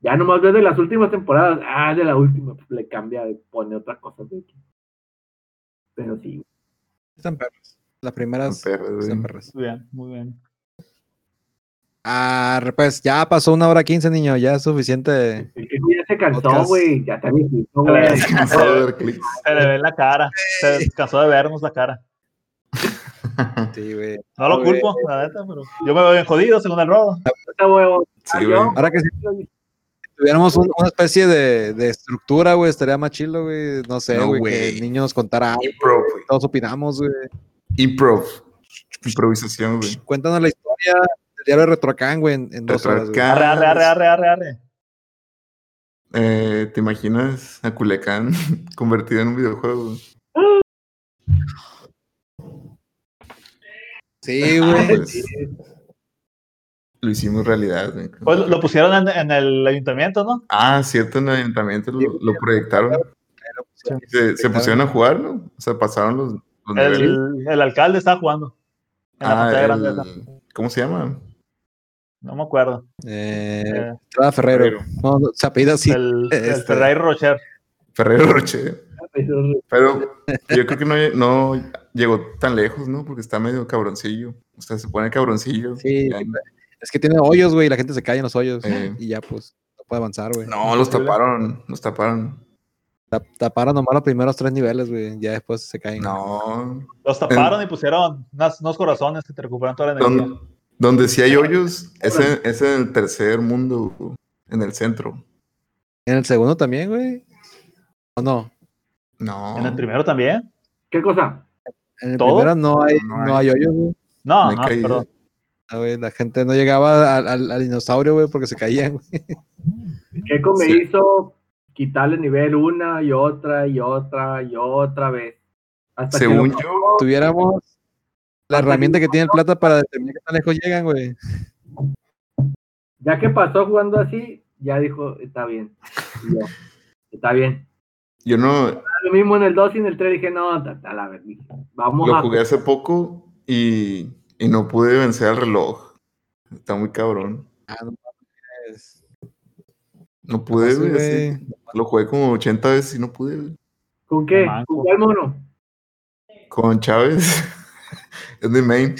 S3: Ya nomás ves de las últimas temporadas. Ah, de la última. pues, le cambia, le pone otras cosas. de aquí. Pero sí,
S2: Están perros. Las primeras
S4: Tan perros, güey.
S2: están perras.
S1: Muy bien, muy bien.
S2: Ah, pues ya pasó una hora quince, niño, ya es suficiente.
S3: El que ya se cansó,
S2: Podcast.
S3: güey. Ya está viejito,
S1: Se
S3: güey.
S1: le, se
S4: Cansado de ver clips.
S1: le ve la cara. Se descansó de vernos la cara.
S2: Sí, güey.
S1: No lo
S2: Muy
S1: culpo, la neta, pero yo me veo bien jodido según el rodo.
S3: Está huevo.
S4: Sí, güey.
S2: Ahora que si tuviéramos un- una especie de, de estructura, güey, estaría más chilo, güey. No sé,
S4: No,
S2: güey, que
S4: güey.
S2: el niño nos contara algo,
S4: Improv, güey.
S2: todos opinamos, güey.
S4: Improv. Improvisación, güey.
S2: Cuéntanos la historia del diario de Retroacán, güey, en, en dos horas. güey.
S4: Retroacá-
S1: Arre, arre, arre, arre, arre, arre.
S4: Eh, ¿Te imaginas a Culiacán convertido en un videojuego? güey?
S2: Sí,
S4: Ah,
S2: güey.
S4: pues, lo hicimos realidad. güey.
S1: Pues lo- lo pusieron en, en el ayuntamiento, ¿no?
S4: Ah, cierto, en el ayuntamiento lo, lo proyectaron. Se, se
S2: Proyectaron.
S4: pusieron a jugar, ¿no? O sea, pasaron los, los niveles.
S1: El, el alcalde estaba jugando. En la
S4: Ah,
S1: pantalla
S4: el-
S1: grande esa.
S4: ¿Cómo se llama?
S1: No me acuerdo.
S2: Eh,
S1: Eh,
S2: Estrada Ferrero.
S4: Ferrero.
S2: No, no, se apellida así.
S1: el, el
S2: este.
S1: Ferreira Rocher.
S4: Ferrero Roche. Pero yo creo que no, lle- no llegó tan lejos, ¿no? Porque está medio cabroncillo. O sea, se pone cabroncillo.
S2: Sí,
S4: Ya-
S2: Es que tiene hoyos, güey, y la gente se cae en los hoyos.
S4: Eh.
S2: Y ya, pues, no puede avanzar, güey.
S4: No, los taparon, los taparon.
S2: Ta- Taparon nomás los primeros tres niveles, güey. Ya después se caen.
S4: No.
S1: Los taparon y pusieron unas- unos corazones que te recuperan toda la energía.
S4: Donde, donde sí hay hoyos es en, es en el tercer mundo, en el centro.
S2: En el segundo también, güey. ¿O no?
S4: No.
S1: En el primero también.
S3: ¿Qué cosa?
S2: En el
S1: ¿Todo?
S2: primero no hay,
S4: No hay.
S2: no hay hoyos, güey.
S1: No,
S4: Me
S1: no,
S4: caí.
S1: perdón.
S2: Ah, güey, La gente no llegaba al, al- al dinosaurio, güey, porque se caían. güey.
S3: Keiko me
S4: Sí.
S3: hizo quitarle nivel una y otra y otra y otra vez. Hasta que
S4: Según
S3: lo-
S4: yo,
S2: Tuviéramos la herramienta que tiene el plata para determinar qué tan lejos llegan, güey.
S3: ya que pasó jugando así, ya dijo, está bien. Y yo, está bien.
S4: Yo no
S3: Lo mismo en el 2 y en el 3 dije, no, ta- ta la verdad. Vamos
S4: lo
S3: a.
S4: jugué hace poco y, y no pude vencer al reloj. Está muy cabrón.
S2: Ah, no mames.
S4: No pude,
S2: Sí,
S4: güey, así.
S2: güey.
S4: Lo jugué como 80 veces y no pude. güey.
S3: ¿Con qué?
S1: Manco.
S3: ¿Con cuál mono?
S4: Con Chávez. es de main.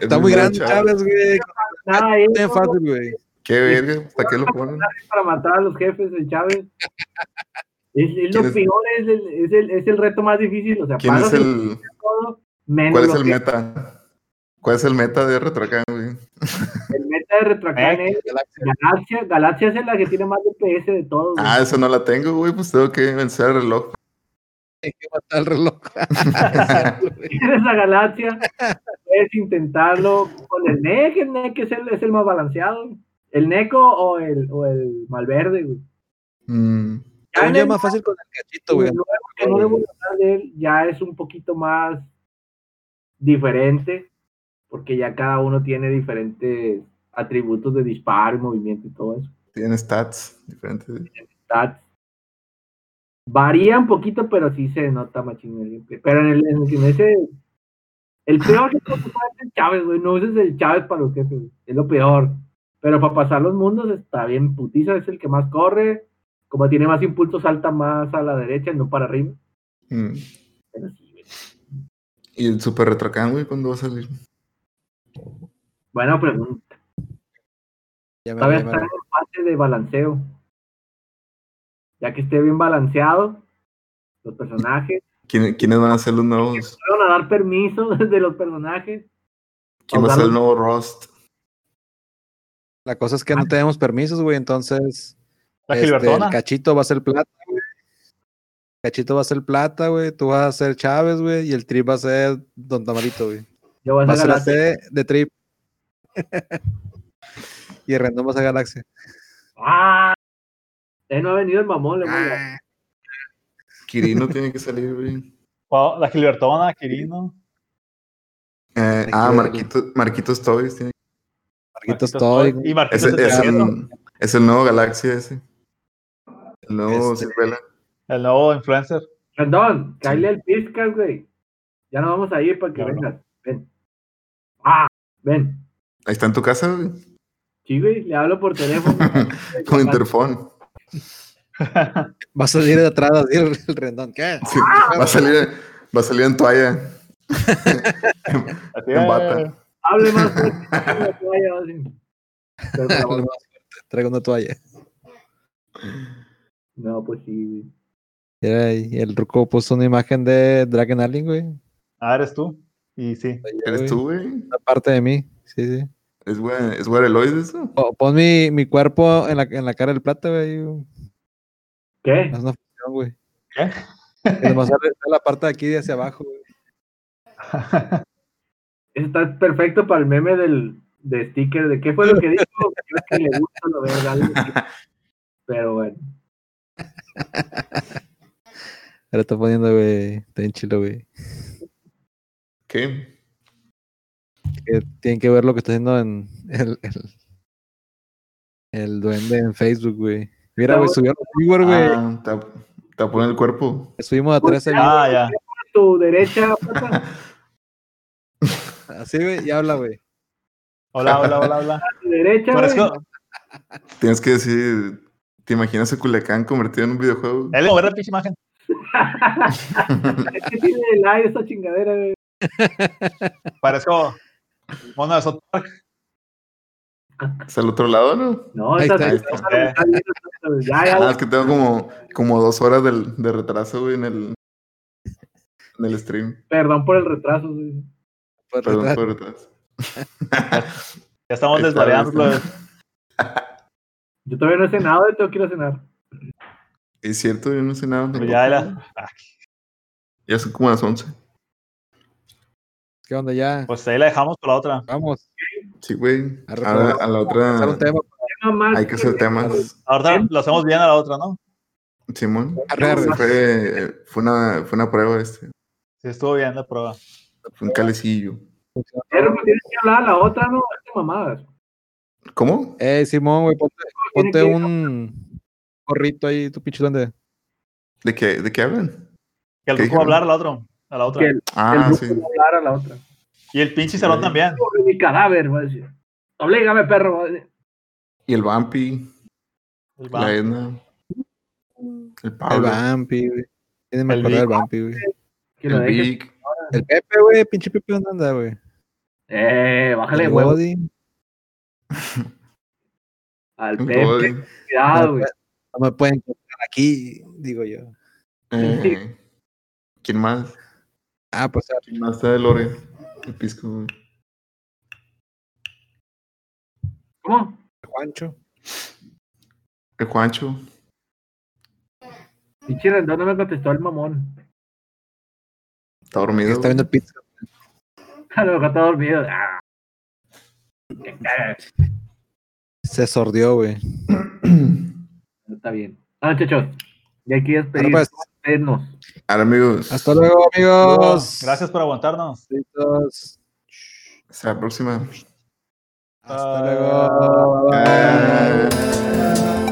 S2: Está muy grande, Chávez, güey.
S3: Nada, es
S2: Está bien fácil, güey.
S4: Qué verga. ¿Para qué lo ponen?
S3: para matar a los jefes de Chávez. Es, es lo
S4: ¿Quién es?
S3: peor, es el, es, el, es el reto más difícil. O sea,
S4: ¿Quién
S3: pagas
S4: es el,
S3: todo, menos
S4: ¿Cuál es
S3: lo
S4: el
S3: que-
S4: meta? ¿Cuál es el meta de Retrocam, güey?
S3: el meta de retractar
S1: Eh,
S3: es Galaxia. Galaxia es la que tiene más DPS de todos. güey.
S4: Ah, eso no la tengo, güey. Pues tengo que vencer el reloj.
S2: Hay que matar el reloj.
S3: Eres la galaxia, puedes intentarlo con el NEC, el NEC es el, es el más balanceado. El NECO o el, o el Malverde, güey.
S4: Mm,
S3: Ya en
S2: Aún ya
S3: el,
S2: es más fácil con el cachito,
S3: en
S2: güey.
S3: el nuevo, que no debo hablar de él, ya es un poquito más diferente, porque ya cada uno tiene diferentes atributos de disparo, movimiento y todo eso.
S4: tiene stats diferentes.
S3: Stats. Varía un poquito, pero sí se nota machín el gameplay. Pero en, el, en, en ese. El peor que puede usar es el Chávez, güey. No uses el Chávez para los jefes, güey. es lo peor. Pero para pasar los mundos está bien putiza, es el que más corre. Como tiene más impulso, salta más a la derecha, no para arriba.
S4: Mm.
S3: Pero sí, güey.
S4: ¿Y el Super Retrocam, güey? ¿Cuándo va a salir?
S3: Buena pregunta.
S2: Ya me-
S3: Todavía
S2: ya me-
S3: está en fase de balanceo. Ya que esté bien balanceado, los personajes.
S4: ¿Quién- ¿Quiénes van a ser los nuevos?
S3: Fueron a dar permiso de los personajes.
S4: ¿Quién va a ser el nuevo Rust?
S2: La cosa es que
S3: Ah.
S2: no tenemos permisos, güey. Entonces,
S1: La
S2: este,
S1: Gilbertona.
S2: el cachito va a ser plata, güey. Cachito va a ser plata, güey. Tú vas a ser Chávez, güey. Y el trip va a ser Don Tamarito, güey.
S3: Yo voy a
S2: Va a ser
S3: hacer
S2: la
S4: este?
S2: sede de trip. y el rendón va a ser Galaxia.
S3: ¡Ah! Él no ha venido el mamón, le voy
S4: Ah.
S3: a dar.
S4: Kirino tiene que salir, güey.
S1: Wow, Oh, la Gilbertona, Quirino.
S4: Eh,
S2: Hay
S4: ah,
S2: que verlo.
S4: Marquito, Marquitos Toys. Tiene...
S1: Marquitos
S2: Marquitos Toy.
S1: Toy
S2: güey.
S1: Y Marquitos
S4: Ese,
S1: el,
S4: es,
S1: Tercero,
S4: el, es el nuevo Galaxia ese. El nuevo
S2: Este-
S4: Silvela.
S1: el nuevo influencer.
S3: Rendón, cállale al Piscas, güey. Ya nos vamos a ir para que
S1: Claro.
S3: vengas. Ven. ¡Ah! Ven.
S4: Ahí está en tu casa, güey.
S3: Sí, güey, le hablo por teléfono. Ah.
S4: Con interfón.
S2: Va a salir de atrás así el, el rendón. ¿Qué?
S4: Sí, va, a salir, va a salir en toalla.
S1: Así
S4: En
S1: es.
S4: bata.
S3: Hable más fuerte. no te vayas, así. Pero,
S2: Lo
S3: pero,
S2: más fuerte, Traigo una toalla.
S3: no, pues sí, güey.
S2: Y era ahí, y el Ruco puso una imagen de Dragon Alien, güey.
S1: Ah, eres tú. Y sí.
S2: Ahí,
S4: ¿Eres
S2: güey,
S4: tú, güey?
S2: Una parte de mí. Sí, sí.
S4: ¿Es, güey- es Guareloid eso?
S2: Po- Pon mi, mi cuerpo en la, en la cara del plata, güey. güey.
S3: ¿Qué?
S2: Haz una función, güey.
S1: ¿Qué?
S2: Y nomás sale- sale la parte de aquí de hacia abajo, güey.
S3: Eso está perfecto para el meme del de sticker de qué fue lo que dijo. Yo que le gusta lo verdad. Pero bueno,
S2: Ahora está poniendo, güey. Está bien chilo, güey.
S4: ¿Qué?
S2: Que tienen que ver lo que está haciendo en el, el, el duende en Facebook, güey. Mira, güey, subió los viewers, güey.
S4: Ah, tap- tapó en el cuerpo.
S2: Subimos a 13
S1: Ah, ya.
S3: a tu derecha, papá,
S2: Así, güey, y habla, güey.
S1: Hola, hola, hola, hola.
S3: a tu derecha.
S1: Parezco,
S4: Tienes que decir. ¿Te imaginas a Culiacán convertido en un videojuego?
S1: él mover la pinche imagen.
S3: güey. Es que tiene el aire esa chingadera, güey.
S1: Parezco mono de South Park.
S4: ¿Es al otro lado, no?
S3: No,
S2: Ahí
S3: esa
S2: está, ahí
S4: está.
S3: esa- esa- esa- Ya, ya,
S4: Ah, es que tengo como, como dos horas del- de, retraso, güey, en el, en el stream.
S3: perdón por el retraso. güey.
S2: Por
S4: Perdón
S2: detrás.
S4: por retraso.
S1: Ya estamos
S4: Ahí está,
S1: desvariando. pues,
S4: ahí está.
S3: Yo todavía no he cenado y tengo que ir a cenar.
S4: Es cierto, yo no sé nada.
S1: pero Ya, la-
S4: Ya son como las 11.
S2: ¿Qué onda ya?
S1: pues ahí la dejamos por la otra.
S2: Vamos.
S4: Ah. Sí, güey.
S2: Arre,
S4: Ahora
S2: pues,
S4: a la
S2: Hacer un
S4: otra
S2: tema.
S3: No, más
S4: hay que hacer temas.
S1: Ahorita lo hacemos bien a la otra, ¿no?
S4: Simón.
S2: Arre, arre.
S4: Fue, fue, una, fue una prueba este.
S1: Sí, estuvo bien la prueba.
S4: Fue un calecillo.
S3: Pero me tienes que hablar a la otra, no, Hazte mamadas.
S4: ¿Cómo?
S2: Eh, Simón, güey, ponte,
S3: Tiene
S2: ponte
S3: que-
S2: un gorrito ahí, tu pinche duende.
S4: ¿De qué, de qué hablan?
S1: Que el ruco va
S4: ¿Qué
S1: a
S4: dijeron?
S1: hablar a la otra. A la otra.
S3: Que el,
S4: Ah,
S3: el
S4: sí.
S3: grupo va a hablar a la otra.
S1: Y el pinche Cerón
S4: Sí.
S1: también.
S3: Sobre mi cadáver, va a decir. Oblígame, perro. va a decir.
S4: Y el Vampi,
S1: El va.
S4: la Edna, el
S2: El
S4: Pablo,
S2: Vampi, güey. Tiene me
S1: El
S2: acordar del Vampi, güey.
S3: Que lo
S4: el
S3: deje.
S4: Vic,
S2: El Pepe, güey, pinche Pepe, ¿dónde anda, güey?
S3: Eh, bájale
S2: El
S3: huevo
S2: Body.
S3: al
S4: el
S3: Pepe.
S4: Body,
S3: Cuidado, Ah, güey.
S2: No me pueden encontrar aquí, digo yo.
S4: eh, ¿Quién más?
S2: Ah, pues ah,
S4: ¿Quién más está de Lore? El Pisco. güey.
S3: ¿Cómo?
S2: Juancho.
S4: El Juancho.
S3: Pinche Rendón no me contestó el mamón.
S4: Está dormido.
S2: que Está viendo el pizza.
S3: A lo mejor está dormido. Ah. Qué cara.
S2: Se sordió, güey.
S3: Está bien. Ah, muchachos. Y aquí es
S2: Bueno, pues,
S3: pedirnos.
S4: Ahora, amigos,
S2: hasta luego, amigos.
S1: Gracias por aguantarnos.
S2: Besitos.
S4: hasta la próxima.
S2: Hasta luego. Bye.
S4: Bye.